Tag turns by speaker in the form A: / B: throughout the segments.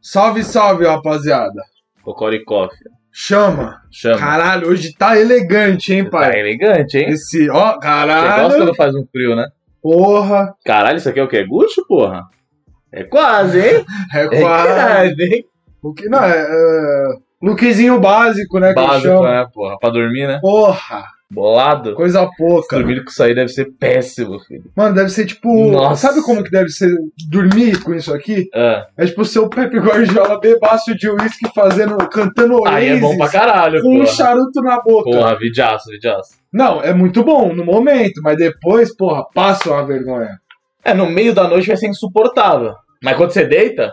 A: Salve, salve, rapaziada.
B: Cocoricó. filho.
A: Chama.
B: Chama.
A: Caralho, hoje tá elegante, hein,
B: Tá
A: pai?
B: elegante, hein?
A: Esse, ó,
B: Você gosta
A: caralho.
B: quando faz um frio, né?
A: Porra,
B: Caralho, isso aqui é o quê? Gucho, porra? É quase, hein?
A: é
B: É
A: quase.
B: quase, hein?
A: O que não é, é, Lookzinho básico, né, que eu
B: Básico,
A: chamo.
B: né, porra? Pra dormir, né?
A: Porra,
B: Bolado.
A: coisa pouca.
B: Dormir com isso aí deve ser péssimo, filho.
A: Mano, deve ser tipo.
B: Nossa.
A: Sabe como que deve ser dormir com isso aqui?
B: Ah,
A: É tipo o seu Pepe Guardiola bebaço de uísque fazendo, cantando
B: Aí é bom pra
A: Oasis
B: caralho,
A: com um
B: porra.
A: charuto na boca.
B: Porra, vidiaço, vidiaço.
A: Não, é muito bom no momento, mas depois, porra, passa uma vergonha.
B: É, no meio da noite vai ser insuportável. Mas quando você deita,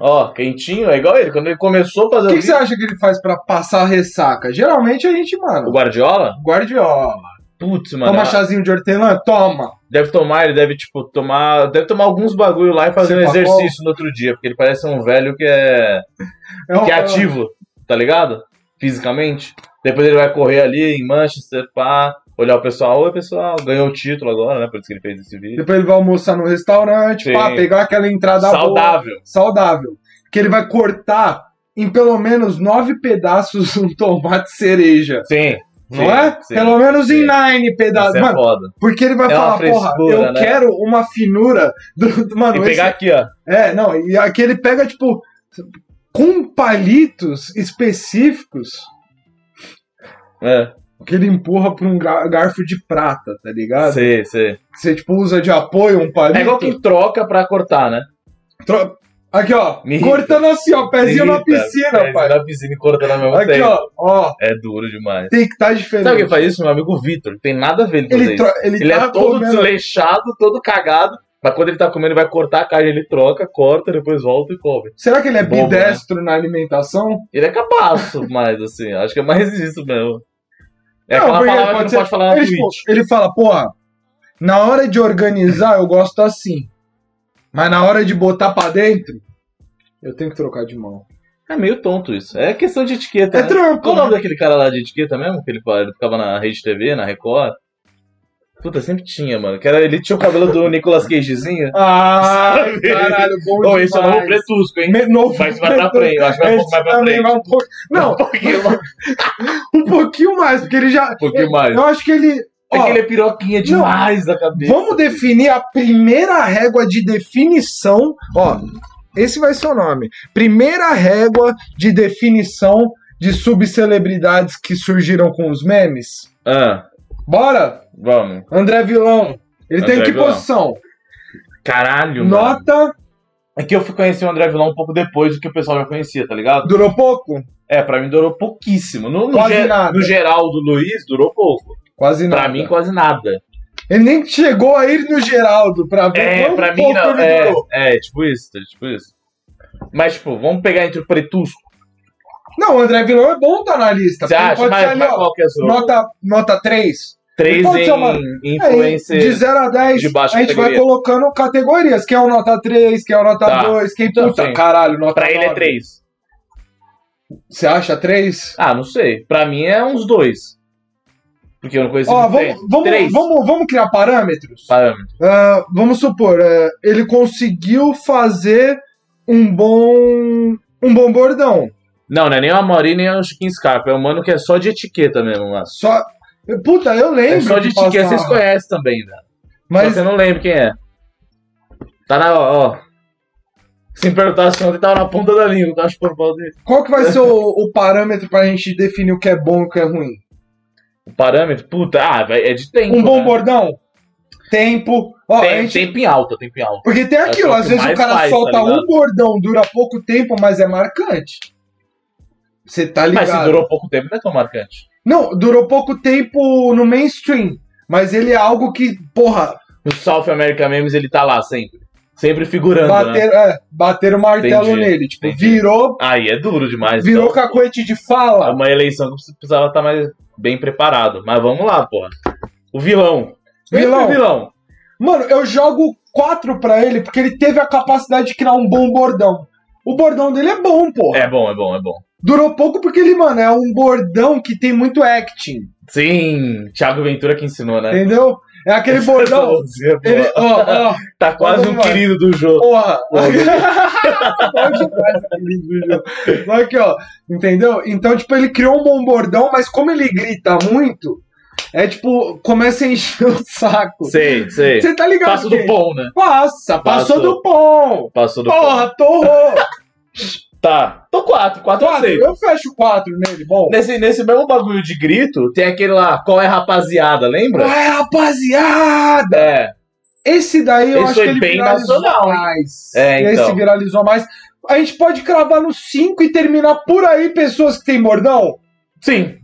B: ó, quentinho, é igual ele. Quando ele começou a
A: O
B: fazer
A: que,
B: o
A: que você acha que ele faz pra passar a ressaca? Geralmente a gente,
B: vídeo- o
A: mano,
B: Guardiola,
A: Guardiola.
B: putz, mano, é
A: Toma um chazinho de hortelã? Toma.
B: deve tomar, ele deve, tipo, tomar, deve tomar alguns bagulho lá e fazer um
A: Você pagou?
B: exercício no outro dia, porque ele parece um velho que é,
A: É um-
B: que é ativo, tá ligado? Fisicamente. Depois ele vai correr ali em Manchester, pá, olhar o pessoal, oi pessoal, ganhou o título agora, né, por isso que ele fez esse vídeo.
A: Depois ele vai almoçar no restaurante,
B: Sim.
A: pá, pegar aquela entrada boa,
B: Saudável.
A: saudável. Que ele vai cortar em pelo menos nove pedaços um tomate cereja.
B: Sim.
A: Não
B: sim,
A: é?
B: sim.
A: Pelo menos em
B: Sim.
A: nine
B: Isso
A: pedaços.
B: é
A: Mano,
B: foda.
A: Porque ele vai
B: É
A: falar,
B: uma
A: porra,
B: frescura,
A: eu
B: né?
A: quero uma finura do. do- mano,
B: E pegar aqui, ó.
A: esse- É, não, e aqui ele pega, tipo, com palitos específicos
B: É.
A: que ele empurra pra um ga- garfo de prata, tá ligado?
B: Sei, sei.
A: Você, tipo, usa de apoio um palito.
B: É igual quem troca pra cortar, né?
A: tro- Aqui, ó,
B: Me irrita. É,
A: cortando assim, ó, pezinho na
B: Eita,
A: piscina,
B: pezinho
A: pai.
B: Na piscina e cortando ao mesmo
A: Aqui,
B: tempo.
A: ó, ó,
B: É duro demais.
A: tem que estar
B: Sabe quem
A: diferente.
B: faz isso? Meu amigo Vitor. Não Tem nada a ver ele fazer
A: Ele,
B: isso.
A: tro... ele,
B: Ele
A: tá
B: é todo
A: comendo.
B: desleixado, todo cagado. Mas quando ele tá comendo, ele vai cortar a carne, ele troca, corta, depois volta e come.
A: Será que ele é
B: Bobo, né?
A: bidestro na alimentação?
B: Ele é capaço, mas assim, acho que é mais isso mesmo. É
A: Não,
B: aquela
A: porque
B: palavra
A: pode
B: que não pode
A: ser-
B: falar na
A: ele,
B: Ah, Twitch.
A: tipo, ele fala, porra, na hora de organizar eu gosto assim. Mas na hora de botar pra dentro, eu tenho que trocar de mão.
B: É meio tonto isso. É questão de etiqueta,
A: É
B: né?
A: trampo.
B: Qual o
A: né?
B: nome daquele cara lá de etiqueta mesmo? Que ele, fa- ele ficava na Rede TV, na Record? Puta, sempre tinha, mano. Que era, ele tinha o cabelo do Nicolas Cagezinho.
A: Ah,
B: Sabe?
A: caralho, bom
B: Ô, esse é o
A: demais.
B: novo Pretusco, hein?
A: Me- novo
B: Vai- vai pra
A: preto.
B: frente, eu acho que vai um pouco
A: Esse
B: mais pra
A: também
B: frente.
A: vai um pouco- Não,
B: Porque, mano,
A: um pouquinho mais, porque ele já...
B: um pouquinho mais.
A: Eu acho que ele...
B: É
A: ó,
B: que ele é piroquinha demais da cabeça.
A: Vamos definir a primeira régua de definição. Ó, esse vai ser o nome. Primeira régua de definição de subcelebridades que surgiram com os memes.
B: Ah,
A: Bora!
B: vamos.
A: André Vilão. Ele tem
B: André
A: que
B: Vilão.
A: posição?
B: Caralho, mano.
A: Nota.
B: É que eu fui conhecer o André Vilão um pouco depois do que o pessoal já conhecia, tá ligado?
A: Durou pouco?
B: É, pra mim durou pouquíssimo. No, no,
A: Quase
B: ge-
A: nada.
B: no geral do Luiz, durou pouco.
A: Quase nada.
B: Pra mim, quase nada.
A: Ele nem chegou a ir no Geraldo pra ver
B: É,
A: quanto
B: pra mim
A: Um pouco
B: não.
A: ele
B: É,
A: durou.
B: é, tipo isso, tipo isso. Mas, tipo, vamos pegar entre o Pretusco.
A: Não, o André Vilão é bom tá na lista. porque
B: Você
A: ele
B: acha?
A: pode ser
B: Mas,
A: ali,
B: mas
A: ó,
B: qual que é a sua?
A: nota, nota 3.
B: Três
A: pode
B: em
A: ser uma- É,
B: influencer.
A: Aí, de 0 a 10,
B: de baixa
A: a gente
B: categoria.
A: vai colocando categorias. Quem é o nota 3, quem é o nota
B: Tá.
A: 2, quem
B: Então,
A: puta
B: sim.
A: caralho, nota
B: Pra ele é
A: 9.
B: três.
A: Você acha 3?
B: Ah, não sei. Pra mim é uns dois. Porque eu não conheço
A: Ó,
B: muito bem.
A: vamos, vamos,
B: Três. Tá.
A: vamos, vamos criar parâmetros?
B: Parâmetro.
A: Ah, vamos supor, eh, ele conseguiu fazer um bom. um bom bordão.
B: Não, não é nem o Amaury, nem o Chiquinho Scarpa. É um mano que é só de etiqueta mesmo, mano.
A: Só. Puta, eu lembro.
B: É só
A: de
B: de etiqueta,
A: passar,
B: vocês conhecem também, né? Mas
A: assim, Mas
B: você não lembra quem é. Tá na, ó, ó. Se me perguntasse ontem, tava na ponta da língua, eu acho por falta dele.
A: qual que vai ser o, o parâmetro pra gente definir o que é bom e o que é ruim?
B: O parâmetro, puta, ah, vai- é de tempo.
A: Um bom
B: né?
A: bordão? Tempo. Ó, a
B: Tem,
A: gente
B: Tempo em alta, tempo em alta.
A: Porque tem
B: Acho que é
A: aquilo,
B: o
A: às
B: que
A: vezes o
B: mais
A: cara
B: faz, tá
A: solta
B: ligado?
A: um bordão, dura pouco tempo, mas é marcante. Você tá ligado?
B: Mas se durou pouco tempo, não é tão marcante.
A: Não, durou pouco tempo no mainstream, mas ele é algo que, porra,
B: No South America Memes ele tá lá sempre. Sempre figurando, né?
A: bater, é, bater o martelo
B: Entendi,
A: nele, tipo,
B: entendi.
A: virou,
B: Aí é duro demais.
A: virou
B: então.
A: cacoete de
B: É
A: fala.
B: uma eleição que você precisava estar mais bem preparado. Mas vamos lá, porra. O vilão.
A: Vilão.
B: Vilão. vilão.
A: Mano, eu jogo quatro pra ele porque ele teve a capacidade de criar um bom bordão. O bordão dele é bom, porra.
B: É bom, é bom, é bom.
A: Durou pouco porque ele, mano, é um bordão que tem muito acting.
B: Sim, Thiago Ventura que ensinou, né?
A: Entendeu? É aquele bordão. Ele, ó, ó,
B: Tá quase um
A: Vamos lá.
B: querido do jogo.
A: porra. Bom demais aquele vídeo. Só que, ó, entendeu? Então, tipo, ele criou um bom bordão, mas como ele grita muito, é tipo, começa a encher o saco.
B: Sei, sei.
A: Você tá ligado?
B: Passo do
A: gente?
B: pão, né?
A: Passa, passou
B: Passou.
A: do pão.
B: Passo do pão.
A: Porra, torrou.
B: Tá. Tô quatro, quatro eu
A: Quatro,
B: sei.
A: eu fecho quatro nele, bom.
B: Nesse, nesse mesmo bagulho de grito, tem aquele lá, qual é rapaziada, lembra?
A: Ué, rapaziada!
B: É,
A: Esse daí eu
B: Esse
A: acho que
B: foi
A: ele
B: bem
A: viralizou
B: nacional, hein?
A: mais.
B: É, então.
A: Esse viralizou mais. A gente pode cravar no 5 e terminar por aí pessoas que tem bordão?
B: sim.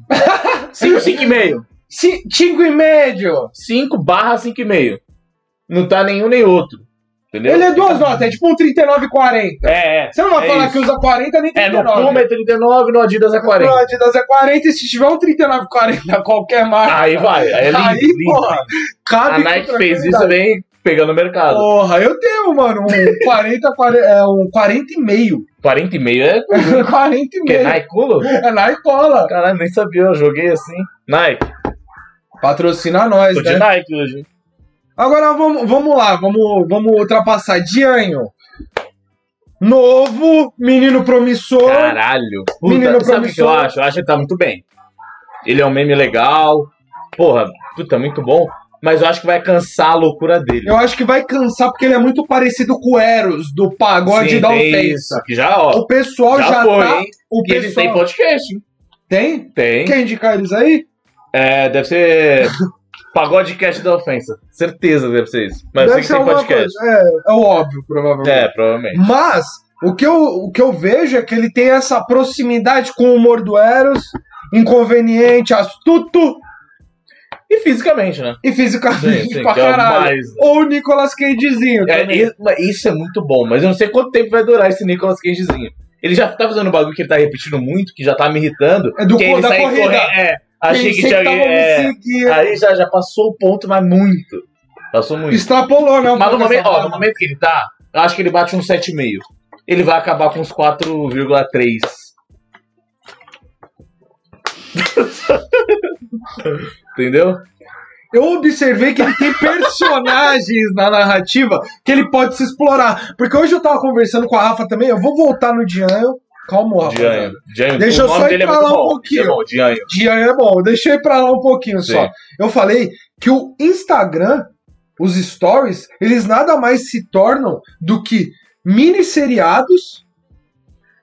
B: 5, 5 e meio.
A: 5 e médio.
B: 5 barra 5 e meio. Não tá nenhum nem outro. Entendeu?
A: Ele é duas notas, é tipo um 39 e 40.
B: É, é.
A: Você não vai
B: É
A: falar
B: isso.
A: que usa 40 nem
B: É, no
A: 39.
B: Puma é 39, no Adidas é
A: No
B: 40.
A: Adidas é 40 e se tiver um 39 e 40 qualquer marca.
B: Aí vai, aí é lindo,
A: aí,
B: lindo.
A: porra, cabe
B: A
A: com
B: Nike fez isso é
A: tranquilidade.
B: bem pegando o mercado.
A: Porra, eu tenho, mano, um 40, 40 é, um 40 e meio.
B: 40 e meio é...
A: 40 e
B: Que é
A: meio.
B: Nike culo?
A: É Nike cola.
B: Caralho, nem sabia, eu joguei assim. Nike,
A: Patrocina nós,
B: tô de
A: né?
B: Nike hoje.
A: Agora vamos, vamos lá, vamos, vamos ultrapassar. Dianho. Novo, menino promissor.
B: Caralho. Puta,
A: Menino
B: sabe o que eu
A: promissor.
B: acho? Eu acho que tá muito bem. Ele é um meme legal. Porra, puta, muito bom. Mas eu acho que vai cansar a loucura dele.
A: Eu acho que vai cansar porque ele é muito parecido com o Eros do pagode
B: Sim,
A: da
B: tem
A: ofensa.
B: isso, Que já, ó.
A: um O pessoal já,
B: Já foi,
A: tá.
B: hein?
A: O
B: E eles
A: pessoal
B: têm podcast, hein?
A: tem?
B: Tem.
A: Quer indicar eles aí?
B: É, deve ser. Pagodecast da ofensa. Certeza deve ser isso. Mas eu sei que tem
A: alguma
B: podcast.
A: coisa. É, é o óbvio, provavelmente.
B: É, provavelmente.
A: Mas o que, eu, o que eu vejo é que ele tem essa proximidade com o humor do Eros, inconveniente, astuto
B: E fisicamente, né?
A: e fisicamente
B: Sim, sim,
A: pra
B: que é o
A: caralho.
B: mais-
A: Ou o Nicolas Cagezinho
B: É,
A: também.
B: isso, mas isso é muito bom, mas eu não sei quanto tempo vai durar esse Nicolas Cagezinho. Ele já tá fazendo um bagulho que ele tá repetindo muito, que já tá me irritando.
A: É do
B: que
A: co-
B: ele
A: da
B: sai
A: corrida.
B: correndo, É, achei que
A: Pensei
B: tinha.
A: tava me
B: É,
A: seguindo.
B: aí já, já passou o ponto, mas muito. Passou muito.
A: Extrapolou, né? um
B: Mas
A: pouco
B: no momento,
A: essa
B: ó,
A: parada.
B: no momento que ele tá, eu acho que ele bate uns 7,5. Ele vai acabar com uns 4,3. Entendeu?
A: Eu observei que ele tem personagens na narrativa que ele pode se explorar. Porque hoje eu tava conversando com a Rafa também, eu vou voltar no Dianho. Calma, Rafa.
B: Dianho. Dianho.
A: Deixa
B: o
A: eu só
B: nome
A: ir
B: dele é
A: pra
B: muito
A: lá um
B: bom.
A: pouquinho.
B: É bom, Dianho.
A: Dianho é bom, eu deixei pra lá um pouquinho
B: Sim.
A: só. Eu falei que o Instagram, os stories, eles nada mais se tornam do que mini seriados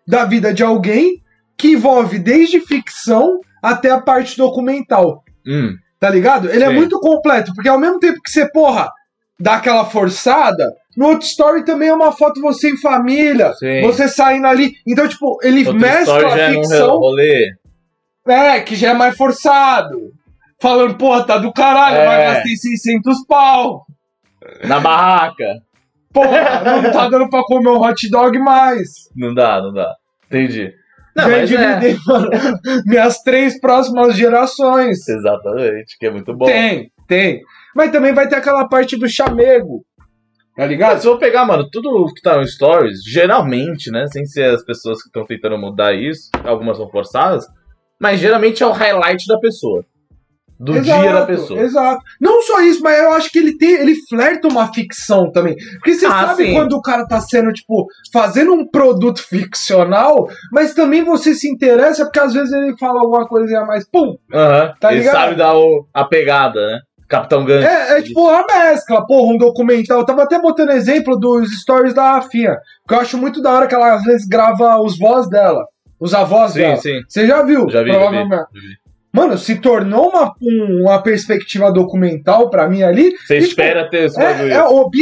A: da vida de alguém que envolve desde ficção até a parte documental.
B: Hum.
A: Tá ligado? Ele é
B: Sim.
A: muito completo, porque ao mesmo tempo que você, porra, dá aquela forçada, no outro story também é uma foto você em família,
B: Sim.
A: você saindo ali. Então, tipo, ele
B: Outra
A: mescla
B: história
A: a
B: já é num
A: ficção,
B: rolê.
A: é, que já é mais forçado. Falando, porra, tá do caralho,
B: É.
A: mas gastei 600 pau.
B: Na barraca.
A: Porra, não tá dando pra comer um hot dog mais.
B: Não dá, não dá. Entendi. Não,
A: Já
B: mas é.
A: endividei, né, mano, minhas três próximas gerações.
B: Exatamente, que é muito bom.
A: Tem, tem. Mas também vai ter aquela parte do chamego. Tá ligado?
B: Cara, Ah, se eu pegar, mano, tudo que tá no Stories, geralmente, né? Sem ser as pessoas que estão tentando mudar isso, algumas são forçadas, mas geralmente é o highlight da pessoa. Do dia da pessoa.
A: Exato. Não só isso, mas eu acho que ele tem, ele flerta uma ficção também. Porque você
B: Ah,
A: sabe
B: sim.
A: quando o cara tá sendo, tipo, fazendo um produto ficcional, mas também você se interessa, porque às vezes ele fala alguma coisinha mais, pum!
B: Aham.
A: Tá
B: Ele
A: ligado?
B: sabe dar o- a pegada, né? Capitão Gancho.
A: É, é tipo uma mescla, porra, um documental. Eu tava até botando exemplo dos stories da Rafinha, que eu acho muito da hora que ela às vezes grava os vós dela, os avós
B: sim,
A: dela.
B: sim.
A: Você já viu?
B: Já vi, já vi,
A: provavelmente.
B: já vi.
A: Mano, se tornou uma, um- uma perspectiva documental pra mim ali,
B: Você
A: E, tipo,
B: espera ter esse
A: É,
B: bagulho.
A: é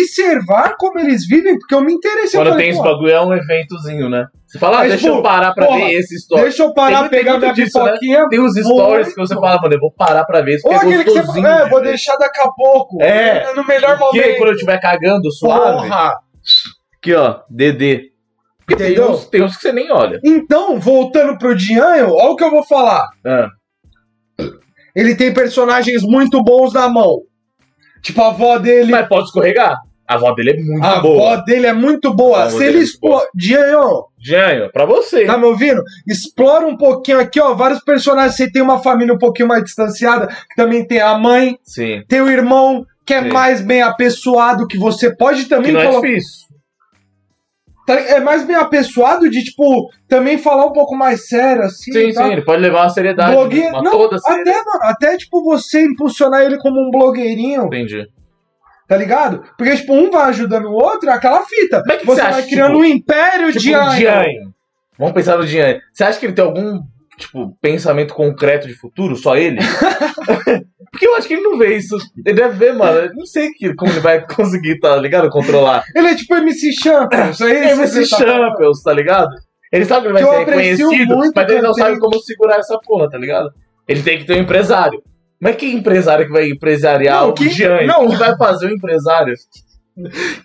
A: observar como eles vivem, porque eu me interessei. eu
B: Quando
A: falei,
B: tem esse
A: "Pô,
B: bagulho, é um eventozinho, né? Você fala, ah,
A: Mas,
B: deixa
A: tipo,
B: eu parar pra
A: porra,
B: ver esse story.
A: Deixa eu parar,
B: Tem- tem
A: pegar
B: muito
A: minha
B: disso, né?
A: pipoquinha.
B: Tem uns stories que você fala, mano, eu vou parar pra ver isso,
A: Ou
B: porque é
A: aquele que você
B: gostosinho.
A: fala, é,
B: de
A: vou
B: ver."
A: deixar daqui a pouco.
B: É.
A: No melhor
B: Porque
A: momento.
B: quando eu estiver cagando suave,
A: Porra.
B: aqui ó, DD. Porque tem
A: Entendeu?
B: uns, tem uns que você nem olha.
A: Então, voltando pro Dianho, olha o que eu vou falar.
B: Ah,
A: Ele tem personagens muito bons na mão. Tipo, a avó dele.
B: Mas pode escorregar. A voz dele é muito
A: a
B: boa.
A: avó dele é muito
B: A
A: boa.
B: avó
A: Se
B: dele
A: ele
B: é muito boa.
A: explora. Dianho,
B: Jânio, pra você.
A: Tá me ouvindo? Explora um pouquinho aqui, ó. Vários personagens. Você tem uma família um pouquinho mais distanciada, que também tem a mãe,
B: Sim.
A: tem o irmão, que é
B: Sim.
A: mais bem apessoado, que você pode
B: Que
A: também
B: não é
A: colocar.
B: difícil.
A: Tá- É mais bem apessoado de, tipo, também falar um pouco mais sério, assim.
B: Sim,
A: tá?
B: sim, ele pode levar a seriedade.
A: Blogueiro-
B: Uma
A: não,
B: toda a seriedade.
A: Até, mano, até, tipo, você impulsionar ele como um blogueirinho,
B: Entendi.
A: tá ligado? Porque, tipo, um vai ajudando o outro, é aquela fita.
B: Como é que
A: você
B: você acha,
A: vai
B: tipo,
A: criando um império
B: Tipo,
A: de
B: o
A: anjo.
B: Dianho. Vamos pensar no Dianho. Você acha que ele tem algum, tipo, pensamento concreto de futuro? Só ele? Porque eu acho que ele não vê isso. Ele deve ver, mano. Eu não sei que, como ele vai conseguir, tá ligado? Controlar.
A: Ele é tipo MC Champions, é
B: Ele
A: isso?
B: vai ser
A: que você tá falando?
B: Champions, tá ligado? Ele sabe que ele
A: Que eu
B: vai ser
A: aprecio
B: reconhecido,
A: muito
B: mas ele não
A: também.
B: sabe como segurar essa porra, tá ligado? Ele tem que ter um empresário. Mas que empresário que vai empresariar
A: Não,
B: o
A: que-
B: Dianho?
A: não.
B: Quem vai fazer o empresário?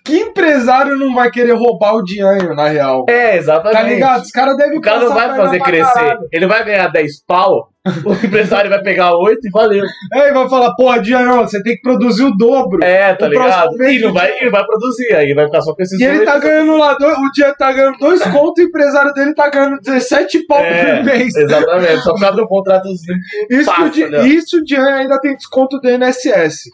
A: Que empresário não vai querer roubar o Dianho, na real?
B: É,
A: Tá
B: exatamente.
A: ligado? Os caras devem
B: O cara não
A: passar a
B: vai
A: perna
B: fazer
A: pra
B: crescer.
A: caralho.
B: Ele vai ganhar 10 pau, o empresário vai pegar 8 e valeu.
A: É, e vai falar, porra, Dianho, você tem que produzir o dobro.
B: É, tá
A: O próximo
B: ligado?
A: mês
B: E não,
A: o
B: vai,
A: Dianho-
B: e não vai produzir, aí vai ficar só com esses
A: E ele
B: dois.
A: tá ganhando lá, dois, o Dianho tá ganhando dois contos e o empresário dele tá ganhando 17 pau
B: É,
A: por mês.
B: Exatamente, só por causa do contratozinho.
A: Isso, que o Di-
B: Passa, né?
A: isso o Dianho ainda tem desconto do NSS.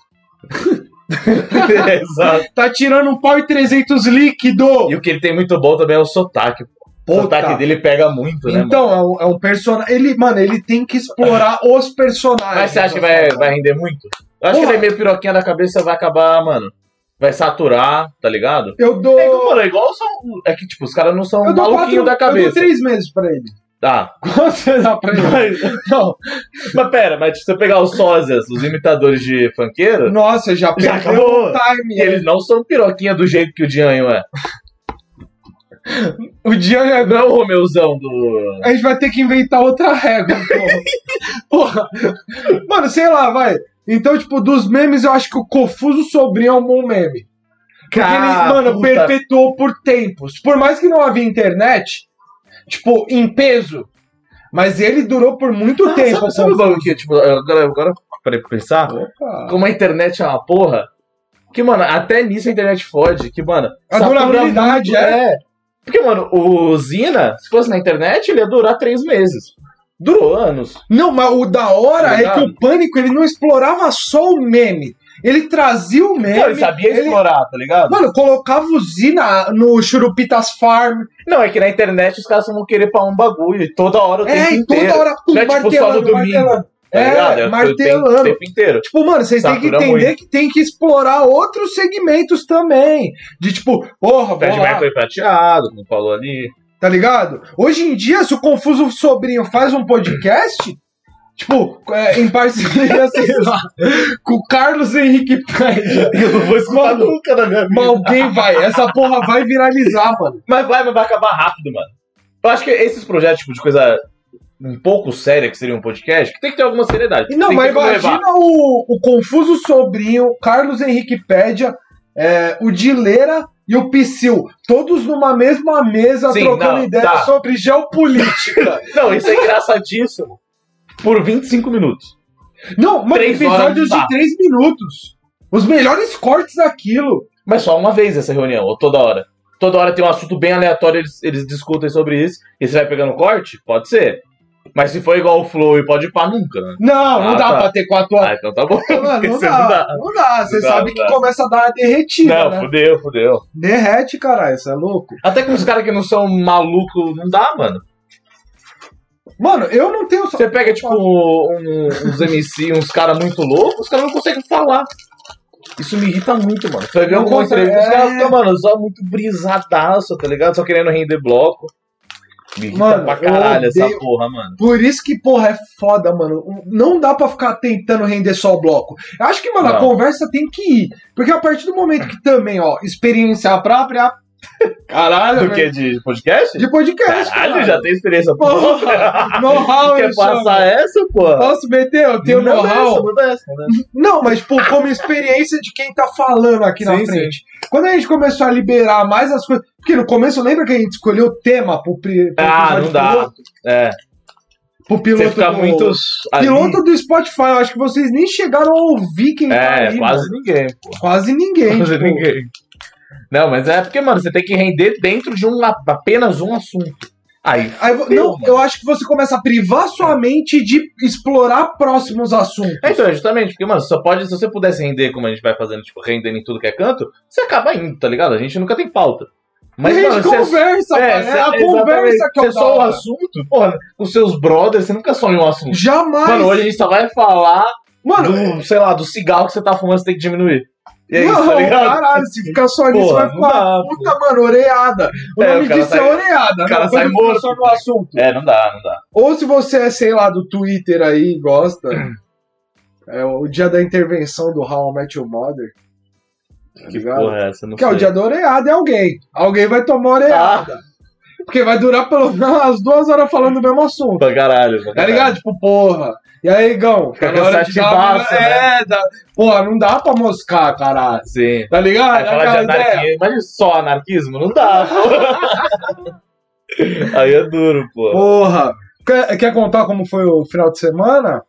B: Exato.
A: Tá tirando um pau e 300 líquido.
B: E o que ele tem muito bom também é o sotaque. O
A: Puta.
B: sotaque dele pega muito, né, mano?
A: Então, é um, é um personagem. Ele, mano, ele tem que explorar os personagens.
B: Mas você acha que vai, vai render muito? Eu acho que
A: Então, Porra.
B: ele é meio piroquinha da cabeça, vai acabar, mano. Vai saturar, tá ligado?
A: Eu dou.
B: É, que, mano, é igual são. É que, tipo, os caras não são
A: eu dou quatro,
B: maluquinho da
A: Eu dou
B: cabeça.
A: três meses pra ele.
B: Tá.
A: Quanto você dá pra ele?
B: Mas,
A: Não.
B: mas pera, mas se você pegar os sósias, os imitadores de funkeiro,
A: Nossa, já
B: Já
A: perdeu
B: acabou.
A: o time.
B: eles não são piroquinha do jeito que o Dianho é.
A: O Dianho é.
B: Não é o Romeuzão do.
A: A gente vai ter que inventar outra regra, porra. porra. Mano, sei lá, vai. Então, tipo, dos memes, eu acho que o Confuso Sobrinho é um bom meme. Porque ele, mano,
B: Ah, puta.
A: perpetuou por tempos. Por mais que não havia internet, tipo, em peso. Mas ele durou por muito
B: Ah,
A: tempo.
B: Sabe, sabe o bagulho que, tipo, agora, agora pra pensar,
A: Opa.
B: como a internet é uma porra, que, mano, até nisso a internet fode, que, mano,
A: A
B: satura
A: durabilidade,
B: muito, é. Porque, mano, o Zina, se fosse na internet, ele ia durar três meses. Durou anos.
A: Não, mas o da hora é
B: Verdade.
A: que o pânico ele não explorava só o meme. Ele trazia o meme.
B: Não, ele sabia
A: ele-
B: explorar, tá ligado?
A: Mano, colocava o Zina no Churupitas Farm.
B: Não, é que na internet os caras vão querer pra um bagulho e toda hora o
A: É,
B: tempo
A: e
B: inteiro.
A: toda hora pum,
B: Não é, tipo, só no
A: martelando,
B: domingo,
A: martelando.
B: Tá ligado?
A: é,
B: o
A: martelando.
B: tempo- O tempo inteiro.
A: Tipo, mano, vocês têm que
B: Satura
A: entender
B: muito.
A: que tem que explorar outros segmentos também. De tipo, porra,
B: O Fred
A: vou lá,
B: Mercury prateado, como falou ali.
A: tá ligado? Hoje em dia, se o Confuso Sobrinho faz um podcast, tipo, é, em parceria, sei lá, com o Carlos Henrique Pérez,
B: Eu não vou escutar
A: Mano,
B: nunca na minha vida.
A: mas alguém vai, essa porra vai viralizar, mano.
B: Mas vai, mas vai acabar rápido, mano. Eu acho que esses projetos, tipo, de coisa um pouco séria, que seria um podcast, que tem que ter alguma seriedade.
A: Não,
B: tem
A: mas
B: que levar.
A: imagina o, o Confuso Sobrinho, Carlos Henrique Pédia, é, o Dileira e o Psyll, todos numa mesma mesa
B: Sim,
A: trocando
B: não,
A: ideia
B: tá.
A: sobre geopolítica.
B: Não, isso é engraçadíssimo. Por 25 minutos.
A: não, mano,
B: Três
A: episódios
B: horas não dá.
A: de três minutos. Os melhores cortes daquilo.
B: Mas só uma vez essa reunião, ou toda hora. Toda hora tem um assunto bem aleatório, eles, eles discutem sobre isso, e você vai pegando corte? Pode ser. Mas se for igual o Flow e pode ir pra nunca, né?
A: Não, não
B: Ah,
A: dá
B: tá.
A: pra ter quatro horas.
B: Ah, então tá bom.
A: Mano, não
B: Isso
A: dá, não dá. Você
B: Não
A: sabe
B: dá.
A: que começa a dar uma derretida,
B: Não,
A: né?
B: fudeu, fudeu.
A: Derrete, caralho, você é louco.
B: Até com os caras que não são malucos, não dá, mano.
A: Mano, eu não tenho...
B: Você pega, tipo, um- uns MC, uns caras muito loucos, os caras não conseguem falar. Isso me irrita muito, mano. Você vai ver
A: Não
B: alguma
A: consegue,
B: entrevista, os caras
A: é.
B: ficam, mano, só muito brisadaço, tá ligado? Só querendo render bloco. Me irrita
A: Mano,
B: pra caralho
A: eu odeio-
B: essa porra, mano.
A: Por isso que, porra, é foda, mano. Não dá pra ficar tentando render só o bloco. Eu acho que, mano, a
B: Não.
A: conversa tem que ir. Porque a partir do momento que também, ó, experiência própria
B: Caralho,
A: velho.
B: Do que? De podcast?
A: de podcast.
B: Caralho,
A: cara.
B: já tem experiência
A: Porra, know-how,
B: Quer
A: eu chamo.
B: passar essa, porra?
A: Posso meter? Eu tenho
B: Manda essa,
A: know-how.
B: manda essa, né? manda essa.
A: Não, mas, tipo, como experiência de quem tá falando aqui na
B: Sim,
A: frente. Quando a gente começou a liberar mais as coisas. Porque no começo, lembra que a gente escolheu o tema pro, pri- pro
B: Ah,
A: episódio
B: não dá.
A: piloto?
B: É,
A: Pro piloto
B: você fica
A: do-
B: muito. ali.
A: Piloto do Spotify, eu acho que vocês nem chegaram a ouvir quem tá
B: É,
A: ali,
B: quase
A: mano.
B: ninguém, pô.
A: Quase ninguém.
B: Quase
A: tipo.
B: ninguém. Não, mas é porque, mano, você tem que render dentro de um apenas um assunto. Aí,
A: Aí vo-
B: Meu,
A: não,
B: mano.
A: eu acho que você começa a privar sua mente de explorar próximos assuntos.
B: É, então, é justamente, porque, mano, só pode, se você pudesse render como a gente vai fazendo, tipo, rendendo em tudo que é canto, você acaba indo, tá ligado? A gente nunca tem pauta. Mas,
A: a gente
B: mano, você
A: conversa,
B: é,
A: pai, é,
B: cê-
A: a conversa
B: exatamente.
A: que eu
B: Cê só o assunto, porra, com seus brothers, você nunca sonha um assunto.
A: Jamais.
B: Mano, hoje a gente só vai falar
A: Mano, é-
B: do, sei lá, do cigarro que você tá fumando, você tem que diminuir. E é
A: não,
B: isso, tá ligado?
A: caralho, se ficar só nisso,
B: Porra,
A: vai
B: não
A: ficar
B: dá,
A: puta, mano, oreada. O
B: É,
A: nome
B: o cara
A: disso
B: sai-
A: é oreada.
B: o cara
A: né?
B: sai
A: Quando
B: morto.
A: só no assunto.
B: É, não dá, não dá.
A: Ou se você é, sei lá, do Twitter aí, gosta. É o dia da intervenção do How I Met Your Mother. Tá
B: Que
A: ligado?
B: porra é essa? Não
A: Que é o
B: sei.
A: dia da oreada, é alguém. Alguém vai tomar oreada.
B: tá.
A: Porque vai durar pelo menos umas duas horas falando o mesmo assunto.
B: Pra caralho, pra
A: Tá
B: caralho.
A: ligado? Tipo, porra. E aí, Gão?
B: Fica
A: Tá na hora de dar uma-
B: cansativaço, né?
A: É, dá... porra, não dá pra moscar, caralho.
B: Sim.
A: Tá ligado?
B: Aí falar de
A: Aquela ideia.
B: anarquia, imagina só anarquismo, não dá, pô. Aí é duro, pô.
A: Porra. Quer, quer contar como foi o final de semana?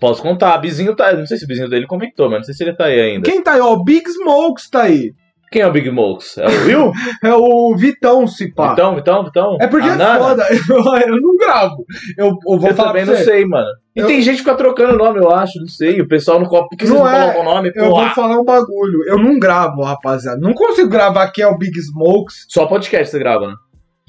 B: Posso contar, Bizinho tá. Não sei se o Bizinho dele comentou, mas não sei se ele tá aí ainda.
A: Quem tá aí? Ó, o Big Smokes tá aí.
B: Quem é o Big Mokes? É o Will?
A: É o Vitão Cipá.
B: Então, então, então.
A: É porque
B: A
A: é
B: Nana?
A: foda. Eu, eu não gravo. Eu, eu vou
B: Eu
A: falar
B: também
A: pra
B: não
A: você.
B: sei, mano. E
A: Eu-
B: tem gente que fica trocando nome, eu acho, não sei. O pessoal no copo, por que vocês
A: Não
B: não
A: é,
B: colocam o nome?
A: Eu
B: Pô,
A: vou falar um bagulho. Eu não gravo, rapaziada. Não consigo gravar que é o Big Smokes.
B: Só podcast você grava, né?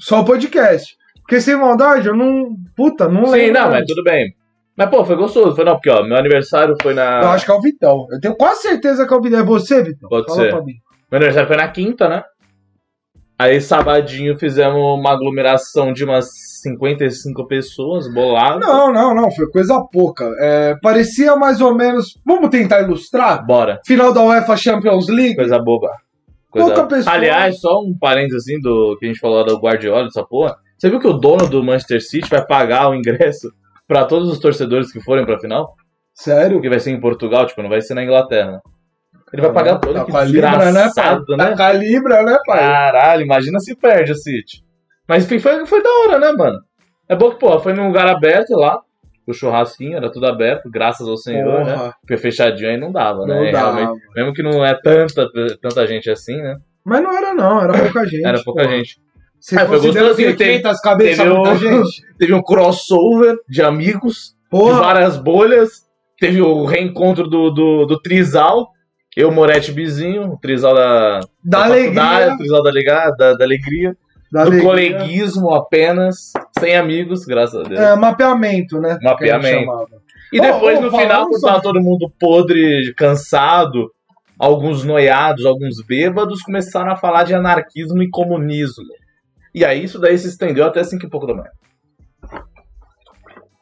A: Só o podcast. Porque sem maldade, eu não. Puta, não
B: Sim,
A: lembro.
B: não, mas tudo bem. Mas, pô, foi gostoso. Foi não, porque, ó, meu aniversário foi na.
A: Eu acho que é o Vitão. Eu tenho quase certeza que é o Vitão. É você, Vitão?
B: Pode
A: Fala
B: ser.
A: pra mim.
B: Meu aniversário foi na quinta, né? Aí, sabadinho, fizemos uma aglomeração de umas 55 pessoas, bolado.
A: Não, não, não. Foi coisa pouca. É, parecia mais ou menos. Vamos tentar ilustrar?
B: Bora.
A: Final da UEFA Champions League.
B: Coisa boba. Coisa...
A: Pouca é pessoa.
B: Aliás, só um parênteses assim do que a gente falou do Guardiola, dessa porra. Você viu que o dono do Manchester City vai pagar o ingresso pra todos os torcedores que forem pra final?
A: Sério?
B: Porque vai ser em Portugal, tipo, não vai ser na Inglaterra. né? Ele vai pagar todo
A: Tá
B: que
A: com a Libra, né, pai?
B: desgraçado, né? Ah,
A: Tá com a Libra, né, pai?
B: Caralho, imagina se perde o City. Mas enfim, foi, foi da hora, né, mano? É bom que, porra, foi num lugar aberto lá. O churrasquinho era tudo aberto, graças ao Senhor, né?
A: Porra.
B: Porque fechadinho aí não dava, né?
A: Não
B: E
A: dá.
B: realmente, mesmo que não é tanta, tanta gente assim, né?
A: Mas não era, não. Era pouca gente.
B: Era pouca
A: porra.
B: gente.
A: Se
B: Ah, foi
A: fosse Deus,
B: gostosinho,
A: ter
B: teve-
A: 500 cabeças,
B: teve
A: muita
B: o-
A: gente.
B: Teve um crossover de amigos, de
A: Porra.
B: várias bolhas. Teve o reencontro do, do, do Trizal. Eu, Moretti Bizinho, o Trizal da,
A: Da
B: faculdade,
A: alegria.
B: o Trizal da, liga- da, da alegria.
A: Da
B: do
A: alegria.
B: coleguismo apenas, sem amigos, graças a Deus.
A: É, mapeamento, né? que a gente
B: Mapeamento.
A: chamava.
B: E depois,
A: Ô, ô,
B: no final,
A: falando
B: quando tava todo mundo podre, cansado, alguns noiados, alguns bêbados, começaram a falar de anarquismo e comunismo. E aí isso daí se estendeu até 5 e pouco da manhã.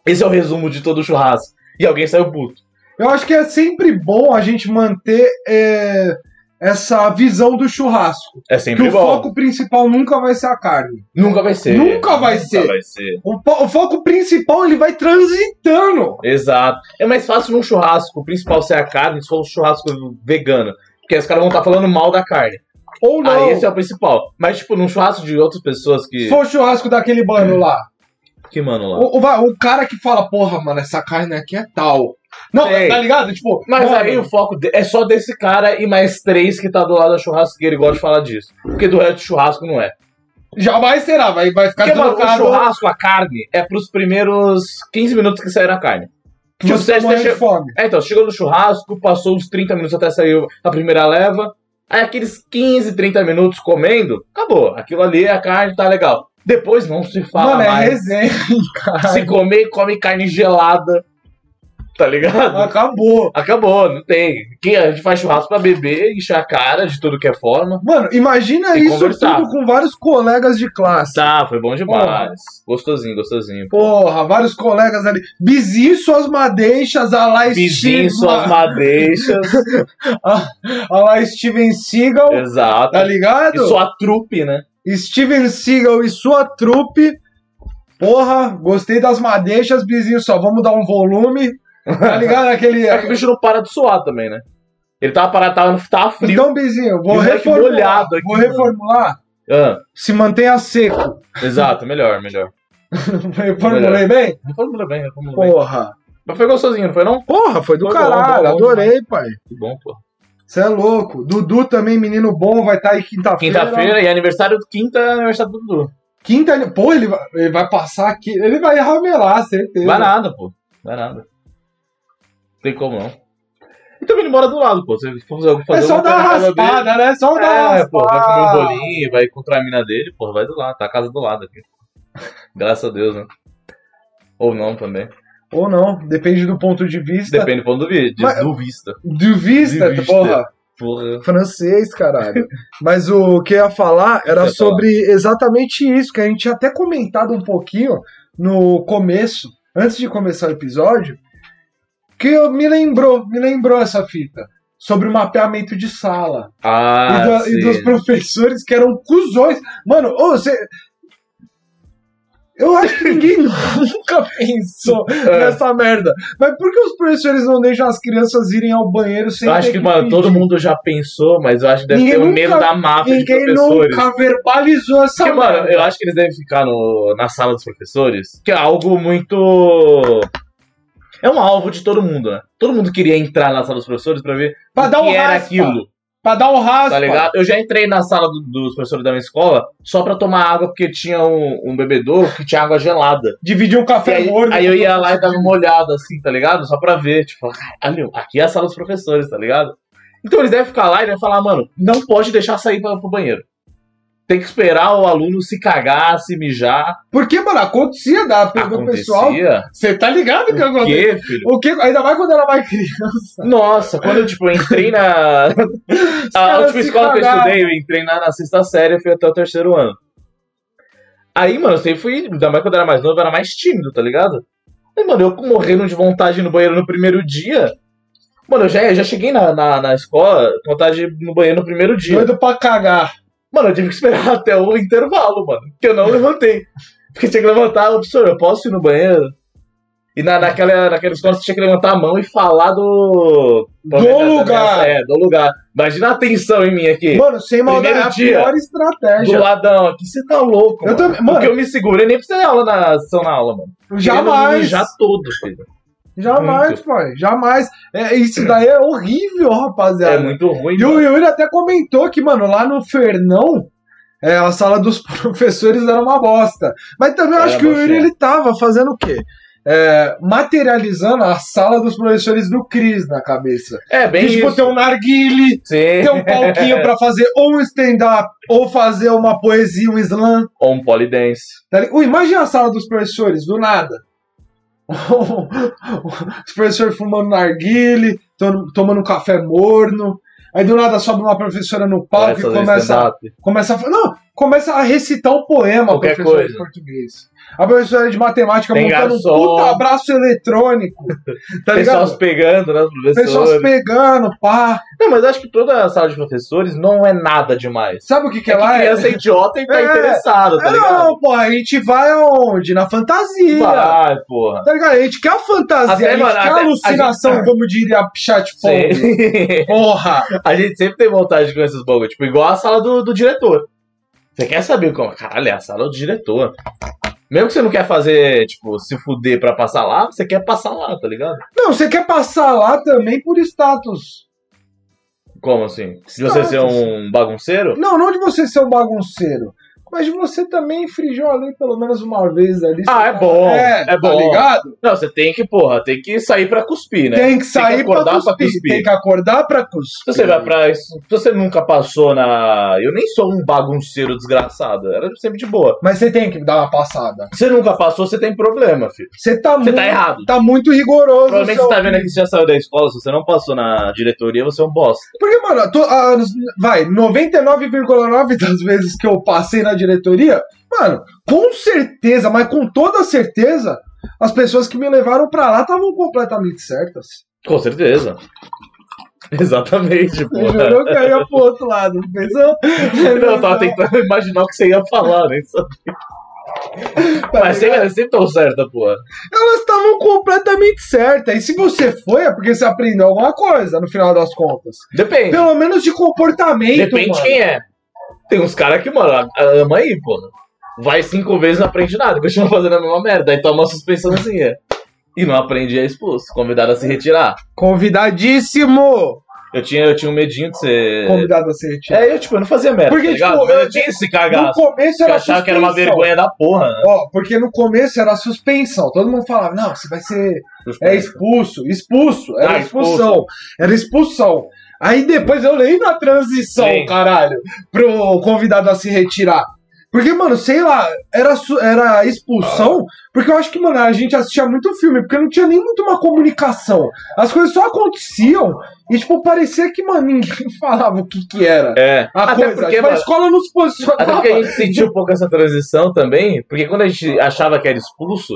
B: Esse é o resumo de todo o churrasco. E alguém saiu puto.
A: Eu acho que é sempre bom a gente manter é, essa visão do churrasco.
B: É
A: Que
B: sempre
A: o
B: bom.
A: foco principal nunca vai ser a carne.
B: Nunca vai ser.
A: Nunca vai ser.
B: vai ser.
A: O, po- o foco principal ele vai transitando.
B: Exato. É mais fácil num churrasco, o principal ser a carne, se for um churrasco vegano. Porque os caras vão estar falando mal da carne.
A: Ou não.
B: Aí esse é o principal. Mas, tipo, num churrasco de outras pessoas que.
A: Se for o churrasco daquele mano lá.
B: Que, mano, lá.
A: O, o va- o cara que fala, porra, mano, essa carne aqui é tal. Não,
B: Sei.
A: tá ligado? Tipo,
B: Mas
A: mano,
B: aí o foco de- é só desse cara e mais três que tá do lado da churrasqueira e gosta de falar disso. Porque do resto do churrasco não é.
A: jamais será, vai, vai ficar
B: Porque, mano, o
A: trocado.
B: churrasco, a carne, é pros primeiros 15 minutos que sair a carne.
A: Você
B: o Sérgio
A: morrendo de
B: deixa-
A: fome.
B: É, então, chegou no churrasco, passou os 30 minutos até sair a primeira leva. Aí aqueles 15, 30 minutos comendo, acabou. Aquilo ali, a carne tá legal. Depois não se fala
A: Mano, é
B: mais.
A: resenha.
B: Se comer, come carne gelada. Tá ligado?
A: Acabou.
B: Acabou, não tem. Quem- A gente faz churrasco pra beber, encher a cara de tudo que é forma.
A: Mano, imagina
B: Tem que
A: isso
B: conversar.
A: tudo com vários colegas de classe.
B: Tá, foi bom demais. Gostosinho, gostosinho.
A: Porra, vários colegas ali. Bizinho, suas madeixas, a lá Steven,
B: Vizinho, suas madeixas.
A: a lá Steven Seagal,
B: Exato.
A: tá
B: É. E
A: ligado?
B: sua trupe, né?
A: Steven Seagal e sua trupe. Porra, gostei das madeixas, Bizinho, só vamos dar um volume. Tá ligado? Aquele.
B: É que o bicho não para de suar também, né? Ele tava parado, tava, tava frio.
A: Então, Bizinho,
B: E
A: vou
B: o moleque
A: reformular.
B: molhado aqui,
A: vou reformular.
B: Ah,
A: Se mantenha seco.
B: exato, melhor, melhor.
A: Reformulei bem?
B: Reformula bem, reformula bem.
A: Porra.
B: Mas foi gostosinho, não foi não?
A: Porra, foi do
B: Foi bom,
A: caralho.
B: bom, bom
A: Adorei, pai.
B: Que bom, pô.
A: Você é louco. Dudu também, menino bom, vai estar aí quinta-feira.
B: Quinta-feira e aniversário do quinta é aniversário do Dudu.
A: Quinta. ali- Pô, ele vai, ele vai passar aqui. Ele vai ramelar, certeza.
B: Vai nada, pô. Vai nada. Não tem como não. E também ele mora do lado, pô. Se ele for fazer,
A: É
B: fazer
A: só
B: uma
A: dar uma
B: coisa na casa dele-
A: raspada, né? Só dar uma
B: É,
A: raspada.
B: pô, vai comer um bolinho, vai encontrar a mina dele, pô, vai do lado, tá a casa do lado aqui. Graças a Deus, né? Ou não também.
A: Ou não, depende do ponto de vista.
B: Depende do ponto do vídeo,
A: tá- Mas-
B: do vista.
A: Do vista,
B: De vista.
A: porra.
B: Porra.
A: Francês, caralho. Mas o que eu ia falar era
B: Você ia falar.
A: sobre exatamente isso, que a gente tinha até comentado um pouquinho no começo, antes de começar o episódio, que eu- me lembrou, me lembrou essa fita. Sobre o mapeamento de sala.
B: Ah,
A: e, do- e
B: sim.
A: dos professores que eram cuzões. Mano, ô, você. Eu acho que ninguém nunca pensou
B: É.
A: nessa merda. Mas por que os professores não deixam as crianças irem ao banheiro sem
B: Eu acho
A: ter
B: que, mano,
A: pedir?
B: todo mundo já pensou, mas eu acho que deve
A: Ninguém
B: ter o
A: nunca-
B: medo da máfia de
A: Ninguém
B: professores.
A: nunca verbalizou essa
B: Porque, mano,
A: merda.
B: eu acho que eles devem ficar no, na sala dos professores, que é algo muito. É um alvo de todo mundo, né? Todo mundo queria entrar na sala dos professores pra ver
A: Pra
B: o
A: dar um
B: que era
A: raspa.
B: aquilo.
A: Pra dar um raspa.
B: Tá ligado? Eu já entrei na sala do- dos professores da minha escola só pra tomar água, porque tinha um, um bebedouro que tinha água gelada.
A: Dividir um
B: E
A: café
B: aí,
A: morno.
B: aí eu ia lá e dava uma olhada, assim, tá ligado? Só pra ver, tipo, caralho, aqui é a sala dos professores, tá ligado? Então eles devem ficar lá e devem falar, mano, não pode deixar sair pra, pro banheiro. Tem que esperar o aluno se cagar, se mijar.
A: Porque, mano, acontecia da pegou o pessoal.
B: Acontecia.
A: Você tá ligado que
B: O
A: aconteceu?
B: quê, filho?
A: O que? Ainda mais quando era mais criança.
B: Nossa, quando eu, tipo, entrei na. Ah, a
A: caras
B: última
A: se
B: escola que eu
A: cagaram.
B: estudei, eu entrei na, na sexta série, eu fui até o terceiro ano. Aí, mano, eu sempre fui. Ainda mais quando eu era mais novo, eu era mais tímido, tá ligado? Aí, mano, eu morrendo de vontade no banheiro no primeiro dia. Mano, eu já, eu já cheguei na, na, na escola, com vontade no banheiro no primeiro dia.
A: Doido pra cagar.
B: Mano, eu tive que esperar até o intervalo, mano. Que eu não levantei. Porque tinha que levantar, "Ô, professor, eu posso ir no banheiro? E na, naquela, naquela escola você tinha que levantar a mão e falar do.
A: Do lugar.
B: É, do lugar. Imagina a atenção em mim aqui.
A: Mano, sem maldade, é
B: Primeiro
A: a
B: dia.
A: pior
B: do
A: estratégia.
B: ladão aqui, você tá louco.
A: Eu
B: mano.
A: também.
B: Porque
A: Mano,
B: eu me segurei nem precisa de aula na sessão na aula, mano.
A: jamais.
B: Já tá todo, filho.
A: Jamais, pai. Jamais. É, isso daí é horrível, rapaziada.
B: É muito ruim.
A: E o
B: mano.
A: Yuri até comentou que, mano, lá no Fernão, é, a sala dos professores era uma bosta. Mas também eu
B: Era
A: acho que o
B: bosta,
A: Yuri
B: é.
A: ele tava fazendo o quê? É, materializando a sala dos professores do Cris na cabeça.
B: É, bem
A: Que, tipo,
B: isso.
A: ter um narguile,
B: Sim.
A: ter um palquinho pra fazer ou um stand-up, ou fazer uma poesia, um slam.
B: Ou um polidense.
A: Tá ligado? Ui, imagina a sala dos professores, do nada. Os professores fumando narguile, tom- tomando um café morno. Aí do nada sobe uma professora no palco e
B: Começa a fazer
A: começa
B: stand-up.
A: Começa a, não, começa a recitar um poema,
B: Qualquer
A: professora de
B: coisa.
A: português. A professora de matemática
B: Tem
A: montando um
B: garçom.
A: puta abraço eletrônico. Tá
B: Pessoas
A: ligado?
B: pegando, né? os
A: Pessoas
B: Professores.
A: pegando, pá.
B: Não, mas acho que toda a sala de professores não é nada demais.
A: Sabe o que, que
B: É
A: é lá?
B: que criança é idiota e tá
A: É.
B: interessada, tá
A: é,
B: ligado?
A: não, pô, a gente vai aonde? Na fantasia.
B: Vai, porra.
A: Tá ligado? A gente quer a fantasia,
B: Até,
A: a gente
B: mano,
A: quer
B: até-
A: a alucinação, como diria chat Pong.
B: Sim.
A: Porra!
B: a gente sempre tem vontade de conhecer os bagulho. Tipo, igual a sala do, do diretor. Você quer saber como? Caralho, é a sala do diretor. Mesmo que você não quer fazer, tipo, se fuder pra passar lá, você quer passar lá, tá ligado?
A: Não, você quer passar lá também por status.
B: Como assim? Se você ser um bagunceiro?
A: Não, não de você ser um bagunceiro. Mas de você também infringiu a lei pelo menos uma vez ali.
B: Ah,
A: Você
B: é bom, é
A: Tá
B: bom.
A: ligado?
B: Não, você tem que, porra, tem que sair pra cuspir, né?
A: Tem que sair pra,
B: acordar
A: cuspir,
B: pra cuspir.
A: Tem que acordar pra cuspir.
B: Se você vai pra. Se você nunca passou na. Eu nem sou um bagunceiro desgraçado. Era sempre de boa.
A: Mas você tem que dar uma passada.
B: Você nunca passou, você tem problema, filho.
A: Você tá,
B: Você
A: muito,
B: tá errado.
A: tá muito rigoroso.
B: Provavelmente
A: seu-
B: você tá vendo aqui, você já saiu da escola, se você não passou na diretoria, você é um bosta.
A: Porque, mano, tô- ah, vai, 99,9 das vezes que eu passei na diretoria, mano, com certeza, mas com toda certeza, as pessoas que me levaram pra lá estavam completamente certas.
B: Com certeza. Exatamente,
A: Você
B: porra.
A: jurou que eu ia pro outro lado, não pensou?
B: Não, eu tava tentando imaginar o que você ia falar, né? Só-
A: Tá
B: Mas
A: ligado?
B: sempre, elas sempre tão certa, porra.
A: Elas estavam completamente certas. E se você foi, é porque você aprendeu alguma coisa, no final das contas.
B: Depende.
A: Pelo menos de comportamento,
B: Depende
A: mano.
B: quem é. Tem uns caras que, mano, a- ama aí, porra. Vai cinco vezes e não aprende nada, continua fazendo a mesma merda, aí toma uma suspensãozinha. E não aprende e é expulso. Convidado a se retirar.
A: Convidadíssimo!
B: Eu tinha, eu tinha um medinho de ser.
A: convidado a ser retirado.
B: É, eu, tipo, eu não fazia merda.
A: Porque,
B: tá ligado?
A: tipo,
B: Mas eu,
A: eu-
B: tinha esse
A: no
B: cagaço.
A: começo
B: Eu
A: era
B: achava que era uma
A: suspensão.
B: vergonha da porra. Né?
A: Ó, porque no começo era suspensão. Todo mundo falava, não, você vai ser é expulso, expulso, era
B: Ah, expulso.
A: expulsão, era expulsão. Aí depois eu leio na transição,
B: Sim.
A: caralho, pro convidado a se retirar. Porque, mano, sei lá, era, su- era expulsão, porque eu acho que, mano, a gente assistia muito filme, porque não tinha nem muito uma comunicação. As coisas só aconteciam e, tipo, parecia que, mano, ninguém falava o que que era.
B: É.
A: A
B: Até
A: coisa,
B: porque,
A: tipo, a
B: mano,
A: escola não se posicionava.
B: Até porque a gente sentiu um pouco essa transição também, porque quando a gente achava que era expulso,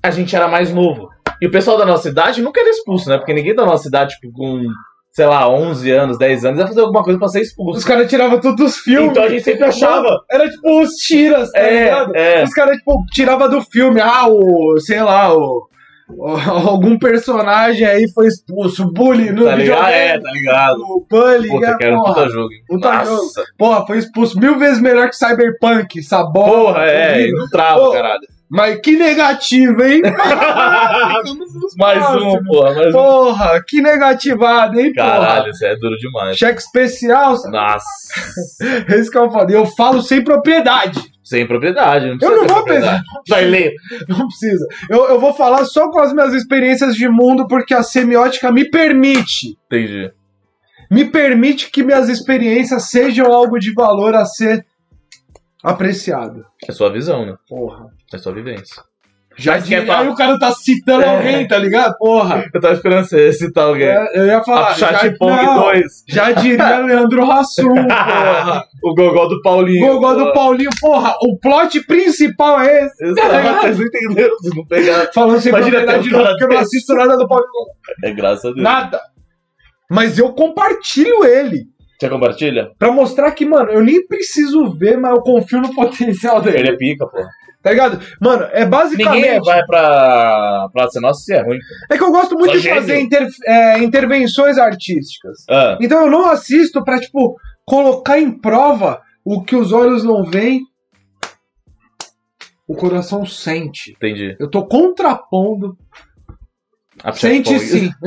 B: a gente era mais novo. E o pessoal da nossa idade nunca era expulso, né? Porque ninguém da nossa idade, tipo, com, sei lá, 11 anos, 10 anos, ia fazer alguma coisa pra ser
A: Os
B: expulso.
A: caras tiravam todos os filmes.
B: Então a gente sempre achava.
A: Era tipo os tiras, tá
B: É,
A: ligado?
B: é.
A: Os caras, tipo, tirava do filme, ah, o. sei lá, o. o- algum personagem aí foi expulso, bullying no
B: Tá ligado?
A: videogame,
B: É, tá ligado.
A: o bullying,
B: Puta,
A: é,
B: que era um
A: porra.
B: puta jogo. hein?
A: Puta
B: Nossa,
A: jogo. Porra, foi expulso mil vezes melhor que Cyberpunk, essa bola.
B: Porra, é,
A: horrível.
B: não trava,
A: Ô,
B: caralho.
A: Mas que negativo, hein? Ficamos nos
B: Mais
A: próximos.
B: um, porra, mais um.
A: Porra, que negativado, hein,
B: Caralho, isso é duro demais.
A: porra? Cheque especial, sabe?
B: Nossa,
A: esse que é eu falei. Eu falo sem propriedade.
B: sem propriedade. Não
A: Eu
B: precisa
A: não
B: ter
A: vou
B: propriedade. Vai ler.
A: Não precisa. Eu, eu vou falar só com as minhas experiências de mundo, porque a semiótica me permite.
B: Entendi.
A: Me permite que minhas experiências sejam algo de valor a ser apreciado.
B: É sua visão, né?
A: Porra.
B: É sua vivência.
A: Já
B: Mas quer
A: diria,
B: falar-
A: aí o cara tá citando
B: É.
A: alguém, tá ligado? Porra.
B: Eu tava esperando você citar alguém.
A: É, eu ia falar.
B: a
A: Já,
B: Chat Pong
A: não,
B: 2.
A: já diria Leandro Hassum, porra.
B: o gogol do Paulinho.
A: Gogol É. do Paulinho, porra. O plot principal é esse.
B: Paulinho. Vocês não entenderam, vocês não pegaram.
A: Falando sem
B: Imagina
A: propriedade,
B: ter um
A: não,
B: cara
A: porque eu não
B: desse.
A: assisto nada do Paulinho.
B: É graças a Deus.
A: Nada. Mas eu compartilho ele.
B: Você compartilha?
A: Pra mostrar que, mano, eu nem preciso ver, mas eu confio no potencial dele.
B: Ele é pica, pô.
A: Tá ligado? Mano, é basicamente.
B: Ninguém vai pra Praça Nossa se é ruim.
A: É que eu gosto muito
B: Só
A: de
B: gênio.
A: fazer inter- é, intervenções artísticas.
B: Ah,
A: Então eu não assisto pra, tipo, colocar em prova o que os olhos não veem, o coração sente.
B: entendi.
A: Eu tô contrapondo.
B: A Chat
A: Sente
B: Pong.
A: sim.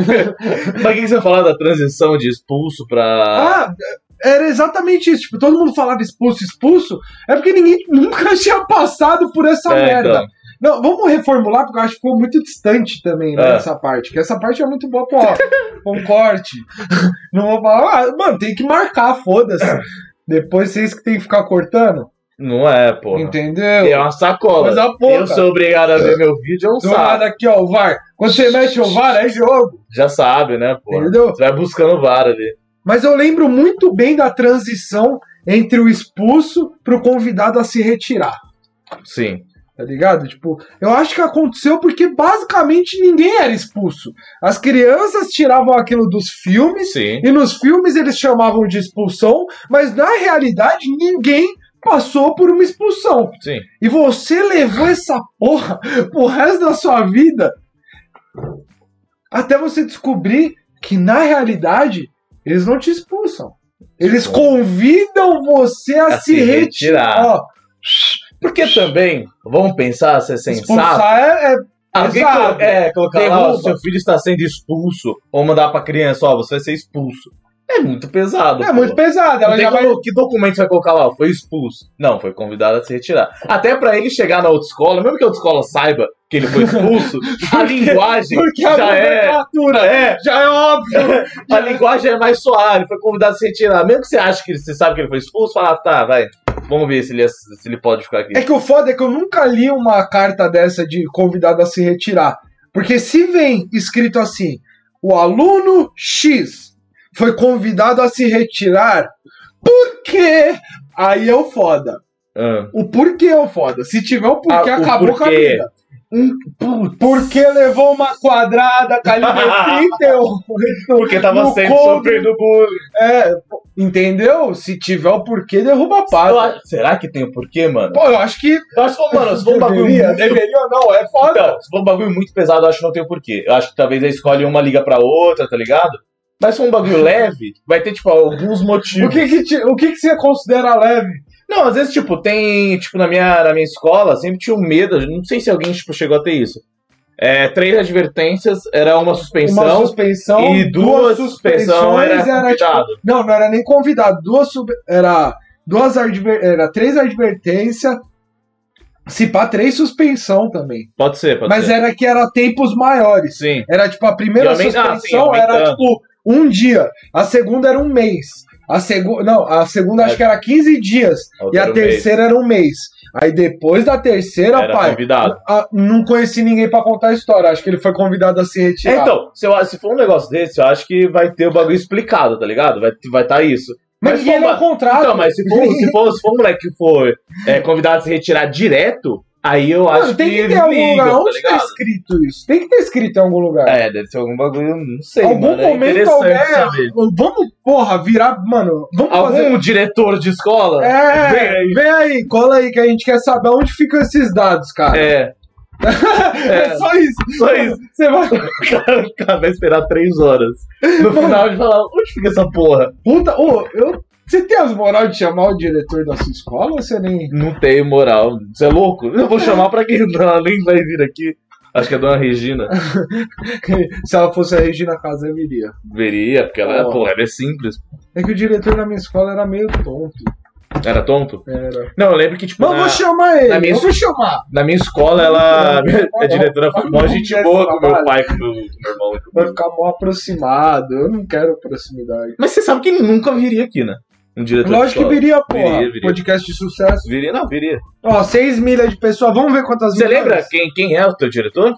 B: Mas o que que você falar da transição de expulso pra.
A: Ah, era exatamente isso. Tipo, todo mundo falava expulso, expulso. É porque ninguém nunca tinha passado por essa
B: É,
A: merda.
B: então.
A: Não, vamos reformular, porque eu acho que ficou muito distante também, né,
B: É.
A: essa parte. Porque essa parte é muito boa, pô, com corte. Não vou falar, ah, mano, tem que marcar, foda-se. Depois vocês que tem que ficar cortando,
B: Não é, pô.
A: entendeu?
B: É uma sacola.
A: Mas a
B: Eu
A: porra,
B: sou obrigado a ver meu vídeo, é um
A: do
B: saco.
A: nada aqui, ó, o VAR. Quando você mexe o VAR, é jogo,
B: Já sabe, né, pô?
A: entendeu?
B: Você vai buscando o VAR ali.
A: Mas eu lembro muito bem da transição entre o expulso pro convidado a se retirar.
B: Sim.
A: Tá ligado? Tipo, eu acho que aconteceu porque basicamente ninguém era expulso. As crianças tiravam aquilo dos filmes,
B: Sim.
A: e nos filmes eles chamavam de expulsão, mas na realidade ninguém passou por uma expulsão.
B: Sim.
A: E você levou essa porra pro resto da sua vida até você descobrir que na realidade eles não te expulsam. Eles convidam você a,
B: A
A: se
B: se
A: retirar.
B: retirar.
A: Ó,
B: Porque também, vamos pensar, ser sensato.
A: expulsar é- é
B: Alguém
A: Exato.
B: colo- é, colocar lá, ó,
A: Derruba.
B: seu filho está sendo expulso, ou mandar pra criança, ó, você vai ser expulso. É muito pesado.
A: É
B: pô.
A: muito pesado,
B: Não
A: ela
B: tem
A: já vai.
B: como- Que documento você vai colocar lá? ó, Foi expulso. Não, foi convidado a se retirar. Até pra ele chegar na autoescola, mesmo que a autoescola saiba que ele foi expulso, a linguagem
A: Porque a
B: já é.
A: nomenclatura
B: é.
A: já é óbvio.
B: A linguagem é mais suave, foi convidado a se retirar. Mesmo que você ache que ele- você sabe que ele foi expulso, fala, ah, tá, vai. Vamos ver se ele, é, se ele pode ficar aqui.
A: É que o foda é que eu nunca li uma carta dessa de convidado a se retirar. Porque se vem escrito assim, o aluno X foi convidado a se retirar, por quê? Aí é o foda.
B: Ah.
A: O porquê é o foda. Se tiver o porquê,
B: Ah, o
A: acabou com a
B: porquê.
A: vida. Um Porque levou uma quadrada calibre 38
B: Porque tava
A: um. No
B: sempre
A: couro.
B: sofrendo bullying.
A: É, entendeu? Se tiver o porquê, derruba a
B: Eu
A: pata.
B: acho- Será que tem o porquê, mano?
A: Pô, eu acho que.
B: Eu acho que, mano, se for um bagulho
A: deveria,
B: muito...
A: deveria ou não, é foda.
B: Então, se for um bagulho muito pesado, eu acho que não tem o porquê. Eu acho que talvez eles escolhem uma liga pra outra, tá ligado? Mas se for um bagulho leve, vai ter, tipo, alguns
A: o
B: motivos.
A: que, que, te- o que, que você considera leve?
B: Não, às vezes, tipo, tem... Tipo, na minha, na minha escola, sempre tinha um medo. Não sei se alguém, tipo, chegou a ter isso. É, três advertências era uma suspensão.
A: Uma suspensão
B: e duas suspensão era convidado.
A: tipo, não, não era nem convidado, duas sub- era duas adver- era três advertências, se pá três suspensão também.
B: Pode ser, pode
A: Mas
B: ser.
A: era que era tempos maiores.
B: Sim.
A: Era tipo a primeira
B: E aumenta- ah, sim,
A: suspensão
B: aumentando.
A: era tipo um dia, a segunda era um mês. A segunda, não, a segunda acho que era 15 dias e a
B: É. Outra vez.
A: terceira era um mês. Aí depois da terceira,
B: Era
A: pai,
B: convidado.
A: a- Ah, não conheci ninguém pra contar a história. Acho que ele foi convidado a se
B: É,
A: retirar.
B: Então, se, eu- se for um negócio desse, eu acho que vai ter o bagulho explicado, tá ligado? Vai estar vai tá isso.
A: mas
B: mas
A: ninguém
B: como-
A: não contrato.
B: Então, mas se for, se for, se for um moleque que for é, convidado a se retirar direto, aí eu
A: Mano,
B: acho
A: tem que,
B: que,
A: ter
B: eles
A: algum
B: ligam,
A: lugar.
B: tá
A: Onde tá,
B: ligado?
A: escrito isso? Tem que ter escrito em algum lugar.
B: É, deve ser algum bagulho, não sei.
A: algum
B: mano, é
A: momento
B: interessante
A: alguém.
B: saber.
A: Vamos, porra, virar. Mano, vamos fazer.
B: Algum diretor de escola?
A: É,
B: Vem aí.
A: vem aí, cola aí que a gente quer saber onde ficam esses dados, cara.
B: É,
A: É, só isso.
B: só isso.
A: Você vai.
B: O cara vai esperar três horas. No final ele fala, onde fica essa porra?
A: Puta, ô, eu. Você tem as moral de chamar o diretor da sua escola ou você nem.
B: Não tenho moral. Você é louco? Eu vou chamar pra quem não, ela nem vai vir aqui. Acho que é a dona Regina.
A: Se ela fosse a Regina Casa, eu viria.
B: Veria, porque ela,
A: Ó.
B: pô, ela é simples.
A: É que o diretor da minha escola era meio tonto.
B: Era tonto?
A: Era.
B: Não, eu lembro que, tipo,
A: Mas eu vou
B: na,
A: chamar ele.
B: na minha
A: eu vou chamar.
B: na minha escola, ela.
A: Não,
B: A diretora foi mó
A: não,
B: gente
A: não,
B: boa
A: não,
B: com meu
A: trabalho.
B: pai, com meu, com meu irmão. e
A: Vai
B: comigo.
A: ficar mal aproximado. Eu não quero proximidade.
B: Mas você sabe que ele nunca viria aqui, né? Um diretor
A: Lógico que
B: de escola.
A: viria, porra.
B: Viria, viria.
A: Podcast de sucesso.
B: Viria, não, viria.
A: Ó, 6 milhas de pessoa. Vamos ver quantas
B: Você
A: milhões?
B: lembra quem, quem é o teu diretor?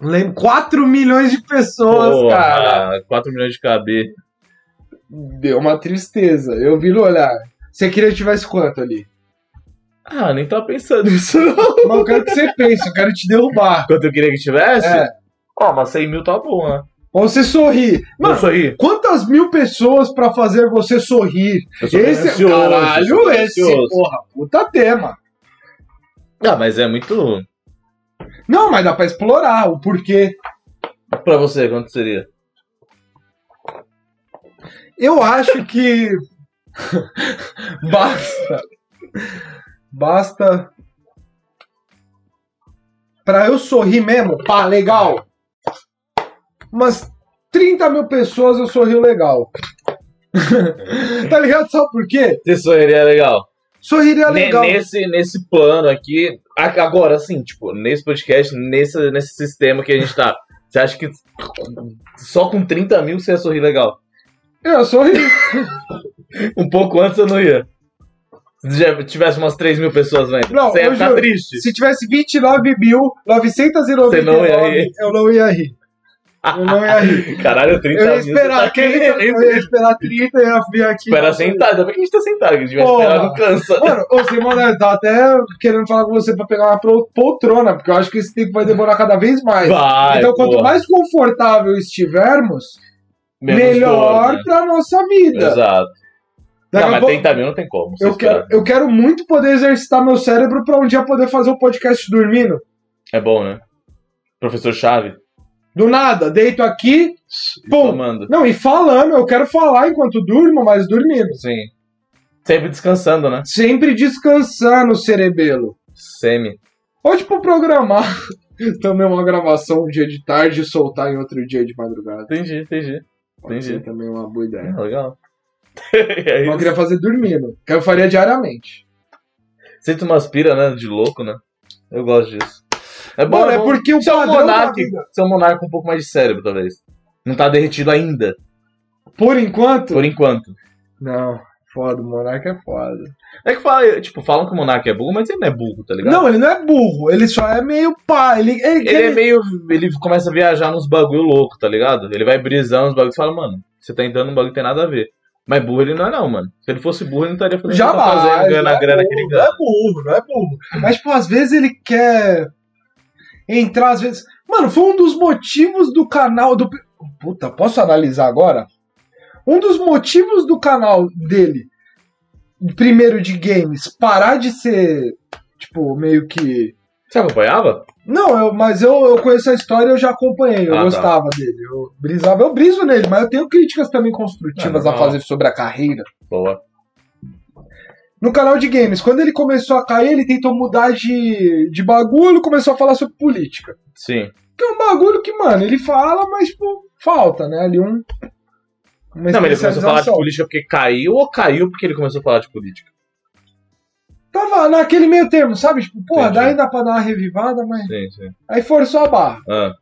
A: Lembro. 4 milhões de pessoas,
B: Porra,
A: cara.
B: 4 milhões de KB.
A: Deu uma tristeza. Eu vi no olhar. Você queria que tivesse quanto ali?
B: Ah, nem tava pensando nisso, não.
A: Mas eu quero que você pense, eu quero te derrubar.
B: Quanto eu queria que tivesse?
A: É.
B: Ó, mas 100 mil tá bom, né?
A: Ou você sorrir.
B: Mano, eu
A: Mano,
B: sou aí.
A: quantas mil pessoas pra fazer você sorrir?
B: Eu sou
A: Esse é
B: ganancioso, eu
A: caralho,
B: sou
A: esse,
B: ganancioso.
A: porra, puta tema.
B: Ah, mas é muito.
A: Não, mas dá pra explorar o porquê.
B: Pra você, quanto seria?
A: Eu acho que. Basta. Basta. Pra eu sorrir mesmo, pá, legal. Umas 30 mil pessoas eu sorrio legal. tá ligado? Sabe por quê?
B: Você sorriria legal.
A: Sorriria
B: Ne-
A: Tá legal.
B: Nesse, nesse plano aqui, a- agora sim, tipo, nesse podcast, nesse, nesse sistema que a gente tá, você acha que só com 30 mil você ia sorrir legal?
A: Eu sorri.
B: Um pouco antes eu não ia. Se já tivesse umas 3 mil pessoas vendo,
A: Não,
B: você ia
A: eu
B: ficar
A: juro.
B: triste.
A: Se tivesse 29.999,
B: Você não ia rir.
A: eu não ia rir. Eu não ia rir.
B: Caralho, 30
A: Eu ia
B: mil. você
A: esperar
B: tá
A: 30, eu ia esperar 30 e ia vir aqui.
B: Espera sentado, ainda bem que a gente tá sentado, que a gente vai
A: Porra.
B: esperar, não cansa.
A: Mano, ô Simão, eu tava até querendo falar com você pra pegar uma pro- poltrona, porque eu acho que esse tempo vai demorar cada vez mais.
B: Vai,
A: então,
B: porra.
A: quanto mais confortável estivermos,
B: Menos
A: melhor
B: dor, né?
A: pra nossa vida.
B: Exato.
A: Daqui
B: não,
A: a
B: mas
A: pouco-
B: 30 mil não tem como. você
A: eu, quero,
B: esperar.
A: eu quero muito poder exercitar meu cérebro pra um dia poder fazer o podcast dormindo.
B: É bom, né? Professor Chave.
A: Do nada, deito aqui. Pum.
B: Tomando.
A: Não, e falando, eu quero falar enquanto durmo, mas dormindo.
B: Sim. Sempre descansando, né?
A: Sempre descansando o cerebelo.
B: Semi.
A: Ou tipo programar também uma gravação um dia de tarde e soltar em outro dia de madrugada.
B: Entendi, entendi.
A: Pode
B: Entendi.
A: ser também uma boa ideia.
B: Ah, legal. É
A: Mas eu
B: isso.
A: queria fazer dormindo. que Eu faria diariamente.
B: Sinto umas pira, né? De louco, né? Eu gosto disso. É bom,
A: Mano, é
B: bom.
A: porque o
B: Você é um
A: padrão da
B: monarca.
A: vida,
B: Você é um monarca com um pouco mais de cérebro, talvez. Não tá derretido ainda,
A: por enquanto...
B: por enquanto.
A: Não, foda, o monarca é foda.
B: É que fala, tipo, falam que o monarca é burro, mas ele não é burro, tá ligado?
A: Não, ele não é burro, ele só é meio pá. Ele, ele-
B: Ele é
A: ele-
B: meio. Ele começa a viajar nos bagulho louco, tá ligado? Ele vai brisando nos bagulhos e fala, mano, você tá entrando num bagulho que tem nada a ver. Mas burro ele não é, não, mano. Se ele fosse burro, ele não estaria fazendo o que ele tá
A: Jamais,
B: fazendo, ganhando
A: não
B: a
A: é
B: grana que ele
A: burro,
B: ganha.
A: não é burro, não é burro. Mas, tipo, às vezes ele quer entrar, às vezes. Mano, foi um dos motivos do canal do. Puta, posso analisar agora? Um dos motivos do canal dele, primeiro de games, parar de ser, tipo, meio que.
B: Você acompanhava?
A: Não, eu- mas eu, eu conheço a história eu já acompanhei, eu
B: Ah, tá.
A: gostava dele. Eu brisava, eu briso nele, mas eu tenho críticas também construtivas
B: É,
A: a
B: normal.
A: fazer sobre a carreira.
B: Boa.
A: no canal de games. Quando ele começou a cair, ele tentou mudar de, de bagulho, começou a falar sobre política.
B: Sim.
A: Que é um bagulho que, mano, ele fala, mas pô, falta, né? Ali um. uma
B: não, mas ele começou a falar de
A: especialização.
B: política porque caiu ou caiu porque ele começou a falar de política?
A: Tava naquele meio termo, sabe? Tipo, porra,
B: Entendi.
A: daí dá pra dar uma revivada, mas.
B: Sim, sim.
A: Aí forçou a barra.
B: Ah,